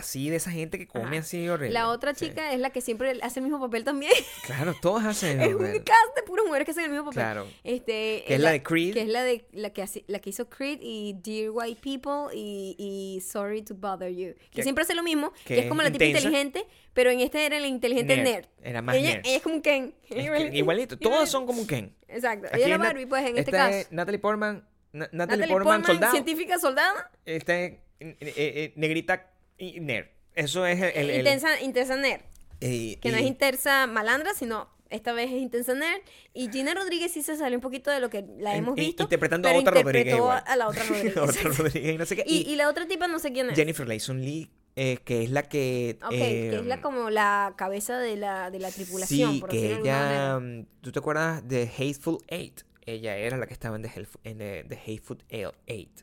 S2: así de esa gente que come
S1: Ajá.
S2: así horrible.
S1: La otra
S2: Sí.
S1: chica es la que siempre hace el mismo papel también.
S2: Claro, todos hacen.
S1: es un
S2: horrible.
S1: cast de puras mujeres que hacen el mismo papel.
S2: Ah, Claro.
S1: Este,
S2: Que es la de Creed.
S1: Que es la de la que, hace- la que hizo Creed y Dear White People y, y Sorry to Bother You. Que,
S2: Que-
S1: siempre hace lo mismo, que,
S2: que
S1: es como
S2: es
S1: la tipa
S2: intensa.
S1: inteligente, pero en esta era la inteligente
S2: Nerd.
S1: nerd.
S2: Era más
S1: ella,
S2: nerd.
S1: ella es como un Ken. (laughs)
S2: Es que igualito, todos son como un Ken.
S1: Exacto.
S2: Aquí
S1: ella es la
S2: Nat-
S1: Barbie, pues, en este
S2: esta
S1: caso.
S2: es Natalie Portman, Na- Natalie,
S1: Natalie
S2: Portman,
S1: Portman,
S2: soldado.
S1: científica soldada.
S2: Esta es eh, eh, eh, negrita y nerd. Eso es el. el- el-
S1: intensa, intensa nerd.
S2: y-
S1: Que no
S2: y-
S1: es intensa malandra, sino esta vez es intensa nerd. Y Gina Rodríguez sí se salió un poquito de lo que la
S2: en-
S1: hemos
S2: in-
S1: visto.
S2: Interpretando a
S1: pero
S2: otra
S1: interpretó
S2: Rodríguez. igual.
S1: a la
S2: (laughs)
S1: otra Rodríguez.
S2: La otra Rodríguez, no sé qué.
S1: Y, y la otra tipa no sé quién es.
S2: Jennifer Layson Lee, eh, que es la que.
S1: Ok,
S2: eh,
S1: que es la como la cabeza de la, de la tripulación,
S2: Sí,
S1: por
S2: que
S1: decirlo de alguna
S2: ella.
S1: manera.
S2: mm, ¿Tú te acuerdas de Hateful Eight? Ella era la que estaba en The, Helf- en eh, The- The Hateful El- Eight.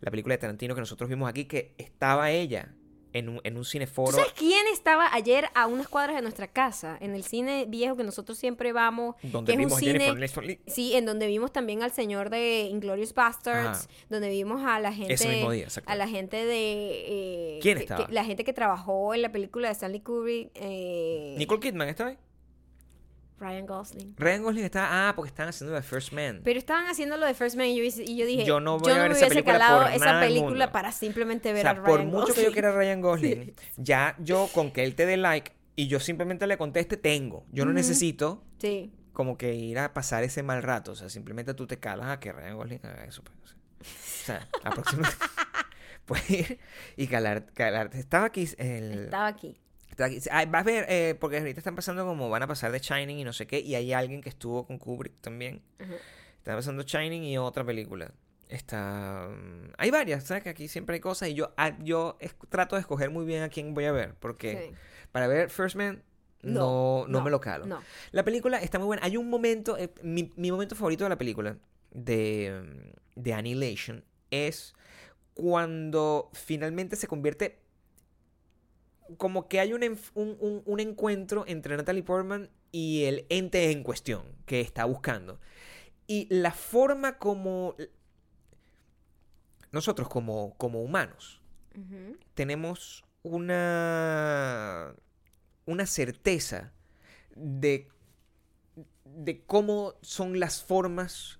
S2: La película de Tarantino que nosotros vimos aquí, que estaba ella en un, en un
S1: ¿Tú
S2: cineforo.
S1: sabes quién estaba ayer a unas cuadras de nuestra casa? En el cine viejo que nosotros siempre vamos.
S2: Donde
S1: que
S2: vimos a
S1: es un
S2: Jennifer
S1: cine,
S2: Layson Lee.
S1: Sí, en donde vimos también al señor de Inglorious Bastards,
S2: Ajá.
S1: donde vimos a la gente,
S2: Ese mismo día, exacto.
S1: a la gente de, eh,
S2: ¿Quién
S1: que-
S2: estaba?
S1: que- la gente que trabajó en la película de Stanley Kubrick, eh,
S2: Nicole Kidman estaba ahí.
S1: Ryan Gosling.
S2: Ryan Gosling estaba. Ah, porque estaban haciendo The First Man.
S1: Pero estaban haciendo lo de First Man y yo, hice- y yo dije,
S2: Yo
S1: yo
S2: no
S1: no,
S2: voy a ver
S1: me
S2: esa
S1: hubiese
S2: película
S1: calado
S2: por
S1: esa
S2: nada del
S1: película
S2: mundo.
S1: para simplemente
S2: o
S1: ver a
S2: sea,
S1: Ryan
S2: por mucho que yo
S1: Gosling.
S2: quiera a Ryan Gosling, ya yo con que él te dé like y yo simplemente le conteste, tengo. Yo no necesito
S1: Sí.
S2: como que ir a pasar ese mal rato. O sea, simplemente tú te calas a que Ryan Gosling haga eso. pues, o sea. O sea, la próxima (laughs) puedes ir y calar, calarte. Estaba aquí el...
S1: Estaba aquí.
S2: estaba aquí- ah, vas a ver, eh, porque ahorita están pasando como van a pasar de Shining y no sé qué. Y hay alguien que estuvo con Kubrick también.
S1: Ajá.
S2: Están pasando Shining y otra película. Está... mm, Hay varias, ¿sabes? Que aquí siempre hay cosas y yo, ah, yo es- trato de escoger muy bien a quién voy a ver. Porque
S1: Sí.
S2: para ver First Man... No, no,
S1: No, no,
S2: me lo calo.
S1: no.
S2: La película está muy buena. Hay un momento, eh, mi, mi momento favorito de la película, de, mm, de Annihilation, es cuando finalmente se convierte... Como que hay un, enf- un, un- un encuentro entre Natalie Portman y el ente en cuestión que está buscando. Y la forma como nosotros como, como humanos
S1: Ujú.
S2: tenemos una, una certeza de, de cómo son las formas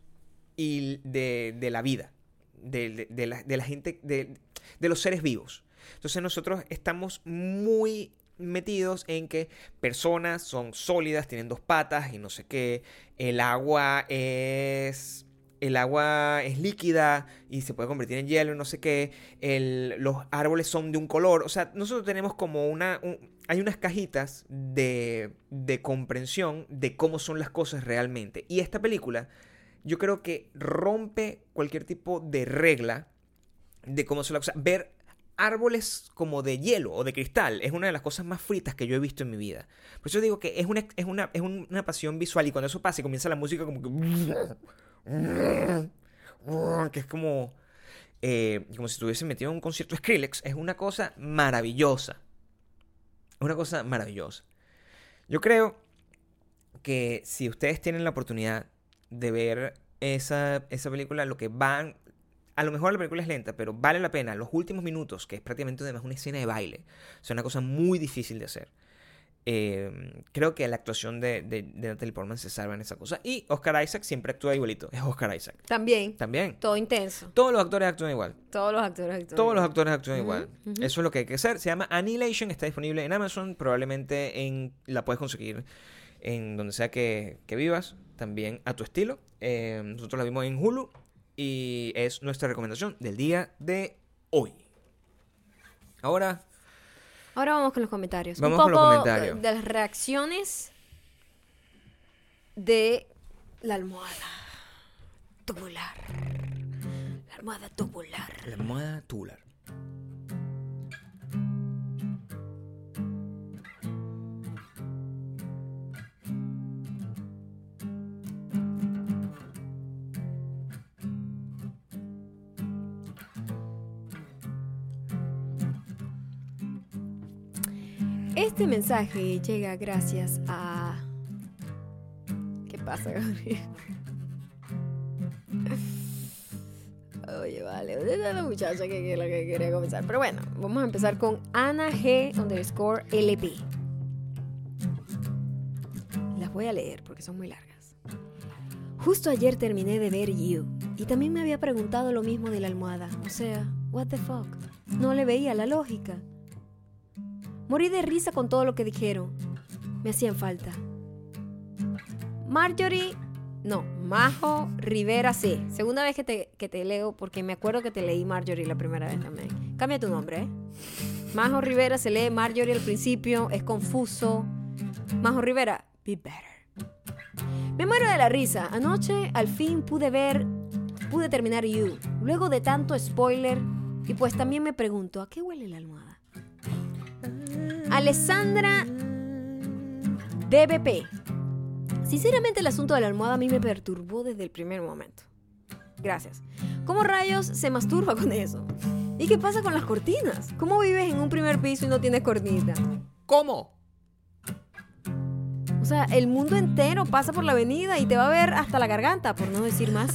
S2: y de, de la vida, de, de- de la, de la gente, de, de los seres vivos. Entonces nosotros estamos muy metidos en que personas son sólidas, tienen dos patas y no sé qué, el agua es... El agua es líquida y se puede convertir en hielo y no sé qué. el- los árboles son de un color. O sea, nosotros tenemos como una... un- hay unas cajitas de, de comprensión de cómo son las cosas realmente. Y esta película yo creo que rompe cualquier tipo de regla de cómo son las cosas. Ver árboles como de hielo o de cristal. Es una de las cosas más fritas que yo he visto en mi vida. Por eso digo que es una, es una, es un- una pasión visual y cuando eso pasa y comienza la música como que... Que es como... eh, como si estuviese metido en un concierto de Skrillex. Es una cosa maravillosa. Es una cosa maravillosa. Yo creo que si ustedes tienen la oportunidad de ver esa, esa película, lo que van... A lo mejor la película es lenta, pero vale la pena. Los últimos minutos, que es prácticamente además una escena de baile, es una cosa muy difícil de hacer. Eh, creo que la actuación de, de, de Natalie Portman se salva en esa cosa. Y Oscar Isaac siempre actúa igualito. Es Oscar Isaac.
S1: También.
S2: También.
S1: Todo intenso.
S2: Todos los actores actúan igual.
S1: Todos los actores actúan.
S2: Todos los actores actúan igual.
S1: ujú.
S2: Eso es lo que hay que hacer. Se llama Annihilation, está disponible en Amazon, probablemente en la puedes conseguir en donde sea que, que vivas, también a tu estilo. Eh, nosotros la vimos en Hulu y es nuestra recomendación del día de hoy. Ahora,
S1: Ahora vamos con los comentarios.
S2: Vamos
S1: Un
S2: con
S1: poco
S2: los comentarios.
S1: eh, de las reacciones de la almohada tubular. La almohada tubular.
S2: la almohada tubular.
S1: Este mensaje llega gracias a... ¿Qué pasa, Gabriel? Oye, vale, ¿dónde está la muchacha que, que- la que quería comenzar? Pero bueno, vamos a empezar con Ana G underscore LP. Las voy a leer porque son muy largas. Justo ayer terminé de ver You y también me había preguntado lo mismo de la almohada. O sea, what the fuck? No le veía la lógica. Morí de risa con todo lo que dijeron. Me hacían falta. Marjorie, no, Majo Rivera C. Segunda vez que te, que te leo porque me acuerdo que te leí Marjorie la primera vez también. Cambia tu nombre, ¿eh? Majo Rivera se lee Marjorie al principio, es confuso. Majo Rivera, be better. Me muero de la risa. Anoche al fin pude ver, pude terminar You. Luego de tanto spoiler, y pues también me pregunto, ¿a qué huele la almohada? Alessandra DBP. Sinceramente el asunto de la almohada a mí me perturbó desde el primer momento. Gracias. ¿Cómo rayos se masturba con eso? ¿Y qué pasa con las cortinas? ¿Cómo vives en un primer piso y no tienes cornita?
S2: ¿Cómo?
S1: O sea, el mundo entero pasa por la avenida y te va a ver hasta la garganta, por no decir más.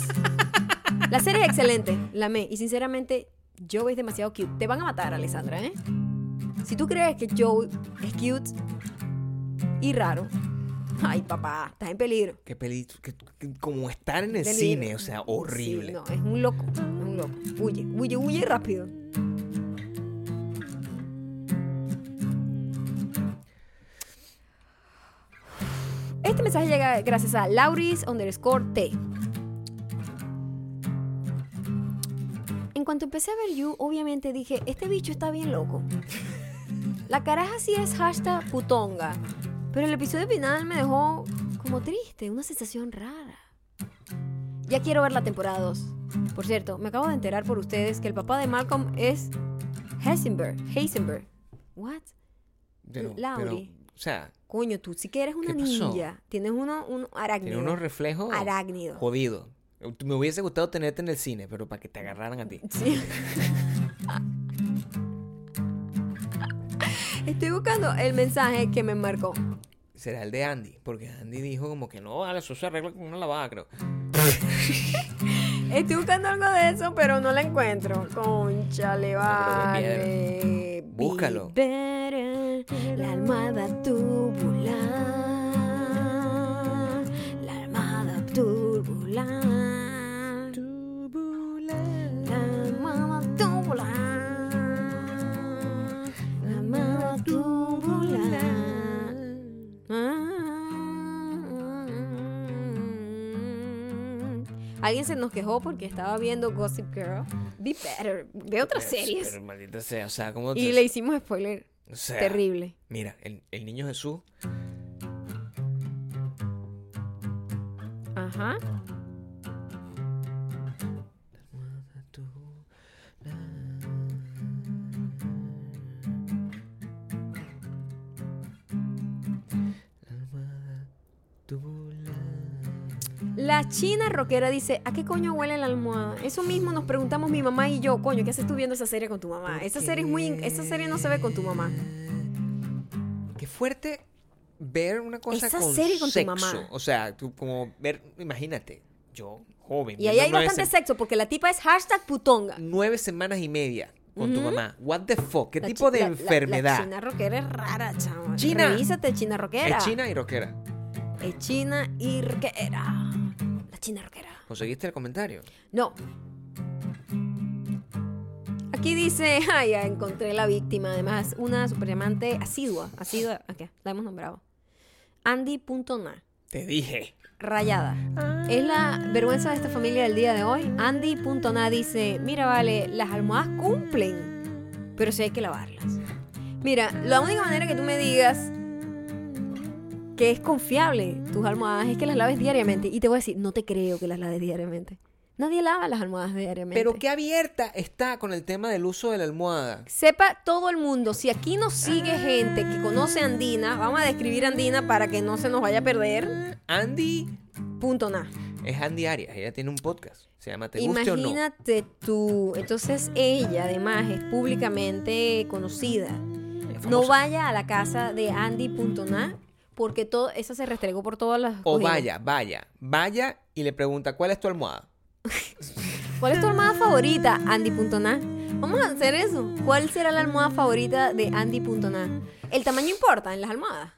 S1: La serie es excelente, la amé. Y sinceramente, Joey es demasiado cute. Te van a matar, Alessandra, ¿eh? Si tú crees que Joey es cute y raro, ay, papá, estás en peligro.
S2: Qué peli, qué- qué- como estar en el
S1: Peligro.
S2: cine, o sea, horrible.
S1: Sí, no, es un loco, es un loco. Huye, huye, huye rápido. Este mensaje llega gracias a Lauris underscore T. En cuanto empecé a ver You, obviamente dije, este bicho está bien loco. La caraja sí es hashtag putonga, pero el episodio final me dejó como triste, una sensación rara. Ya quiero ver la temporada 2. Por cierto, me acabo de enterar por ustedes que el papá de Malcolm es Heisenberg. Heisenberg. What?
S2: Pero- pero,
S1: Lauri.
S2: o sea,
S1: Coño, tú sí que eres una
S2: ¿Qué pasó?
S1: ninja. Tienes uno, un
S2: tiene
S1: arácnido.
S2: unos reflejos
S1: Arácnido.
S2: jodidos. Me hubiese gustado tenerte en el cine, pero para que
S1: Mm.
S2: te agarraran a ti.
S1: Sí. (laughs) Estoy buscando el mensaje que me marcó.
S2: será el de Andy, porque Andy dijo como que no, vale, eso se arregla con una lavada, creo.
S1: Estoy buscando algo de eso, pero no la encuentro. Conchale, vale.
S2: Búscalo.
S1: Be better. La almohada tubular. La almohada tubular. La almohada tubular. La almohada tubular. Ah. Alguien se nos quejó porque estaba viendo Gossip Girl. Be better. Ve otras series.
S2: Pero maldita sea, o sea, como...
S1: Y le hicimos spoiler.
S2: o sea,
S1: Terrible.
S2: Mira, el, el niño Jesús,
S1: Ajá. La china rockera dice, ¿a qué coño huele la almohada? Eso mismo nos preguntamos mi mamá y yo, coño, ¿qué haces tú viendo esa serie con tu mamá? Esa serie es muy... in- Esa serie no se ve con tu mamá.
S2: Qué fuerte ver una cosa
S1: Esa
S2: con
S1: serie con tu
S2: sexo.
S1: mamá.
S2: O sea, tú como ver, imagínate, yo joven.
S1: Y ahí
S2: viendo
S1: hay
S2: nueve
S1: bastante
S2: sem-
S1: sexo porque la tipa es hashtag putonga.
S2: Nueve semanas y media con tu mamá. What the fuck? ¿Qué
S1: La
S2: tipo
S1: chi-
S2: de
S1: la- la- La,
S2: enfermedad?
S1: china rockera es rara, chamo.
S2: China.
S1: Revísate, china rockera.
S2: es china y rockera.
S1: Es china y rockera. La china rockera.
S2: ¿Conseguiste el comentario?
S1: No. Aquí dice, (laughs) ay, ya encontré la víctima. Además, una superdiamante asidua. Asidua, acá, la hemos nombrado. Andy.na.
S2: Te dije.
S1: Rayada. Es la vergüenza de esta familia del día de hoy. Andy.na dice, mira, vale, las almohadas cumplen, pero sí hay que lavarlas. Mira, la única manera que tú me digas que es confiable tus almohadas es que las laves diariamente. Y te voy a decir, no te creo que las laves diariamente. Nadie lava las almohadas diariamente.
S2: Pero qué abierta está con el tema del uso de la almohada.
S1: Sepa todo el mundo, si aquí nos sigue gente que conoce Andina, vamos a describir Andina para que no se nos vaya a perder.
S2: Andy
S1: Punto na.
S2: es Andy Arias. Ella tiene un podcast. Se llama Te guste o no.
S1: Imagínate tú. Entonces ella además es públicamente conocida.
S2: Es
S1: No
S2: famosa.
S1: vaya a la casa de Andy.na porque todo esa se restregó por todas las
S2: O
S1: cocinas.
S2: vaya, vaya, vaya y le pregunta, ¿cuál es tu almohada?
S1: ¿Cuál es tu almohada favorita, Andy.na? Vamos a hacer eso. ¿Cuál será la almohada favorita de Andy.na? El tamaño importa en las almohadas.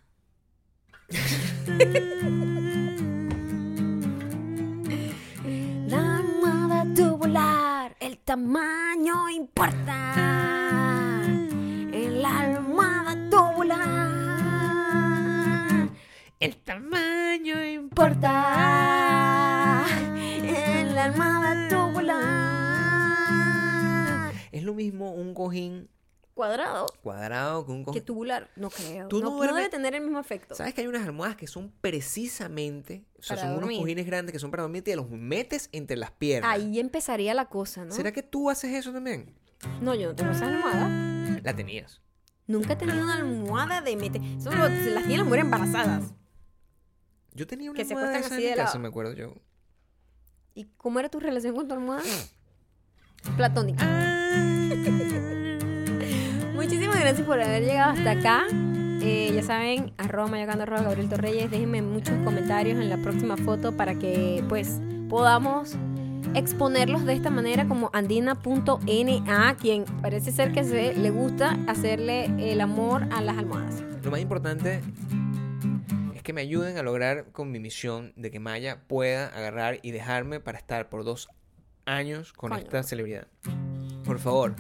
S1: (laughs) La almohada tubular, el tamaño importa. En la almohada tubular
S2: El tamaño
S1: importa. En la almohada tubular.
S2: Es lo mismo un cojín
S1: Cuadrado.
S2: cuadrado que un
S1: Que
S2: cojín.
S1: tubular, no creo.
S2: Tú
S1: no,
S2: no
S1: no
S2: duermes-
S1: debe tener el mismo efecto.
S2: ¿Sabes que hay unas almohadas que son precisamente, o sea,
S1: Para
S2: son
S1: dormir.
S2: unos cojines grandes que son para dormir y te los metes entre las piernas?
S1: Ahí empezaría la cosa, ¿no?
S2: ¿Será que tú haces eso también?
S1: No, yo no tengo esa almohada.
S2: La tenías.
S1: Nunca he tenido una almohada de meter. Solo se las tienen las mujeres embarazadas.
S2: Yo tenía una
S1: Que se
S2: almohada de
S1: acuestan así
S2: esa en mi
S1: de
S2: casa,
S1: lado.
S2: me acuerdo yo.
S1: ¿Y cómo era tu relación con tu almohada? Platónica. Muchísimas gracias por haber llegado hasta acá. Eh, ya saben, arroba mayocando arroba Gabriel Torreyes. Déjenme muchos comentarios en la próxima foto para que pues podamos exponerlos de esta manera como andina.na, quien parece ser que se le gusta hacerle el amor a las almohadas.
S2: Lo más importante es que me ayuden a lograr con mi misión de que Maya pueda agarrar y dejarme para estar por dos años con
S1: Coño.
S2: esta celebridad. Por favor,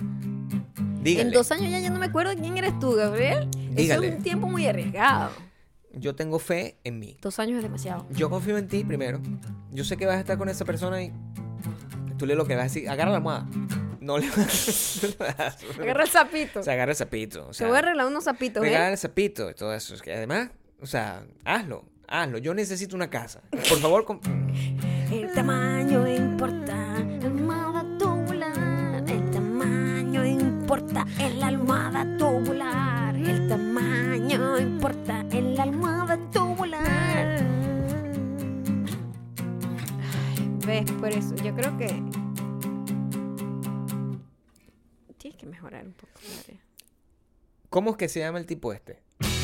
S2: díganle.
S1: En dos años ya yo no me acuerdo quién eres tú, Gabriel. Eso
S2: Dígale.
S1: es un tiempo muy arriesgado.
S2: Yo tengo fe en mí.
S1: Dos años es demasiado.
S2: Yo confío en ti primero. Yo sé que vas a estar con esa persona y tú le lo que vas a decir. Agarra la almohada. No le (laughs) vas a
S1: Agarra el sapito.
S2: O sea, agarra el zapito. O
S1: Te
S2: sea,
S1: voy a arreglar unos zapitos,
S2: Me
S1: ¿eh?
S2: ganan el zapito y todo eso. Es que además, o sea, hazlo, hazlo. Yo necesito una casa. Por favor, com-
S1: El tamaño importa, la almohada tubular. El tamaño importa, en la almohada tubular. El tamaño importa, en la almohada tubular. Ay, ves, por eso yo creo que. Tienes que mejorar un poco, María.
S2: ¿cómo es que se llama el tipo este?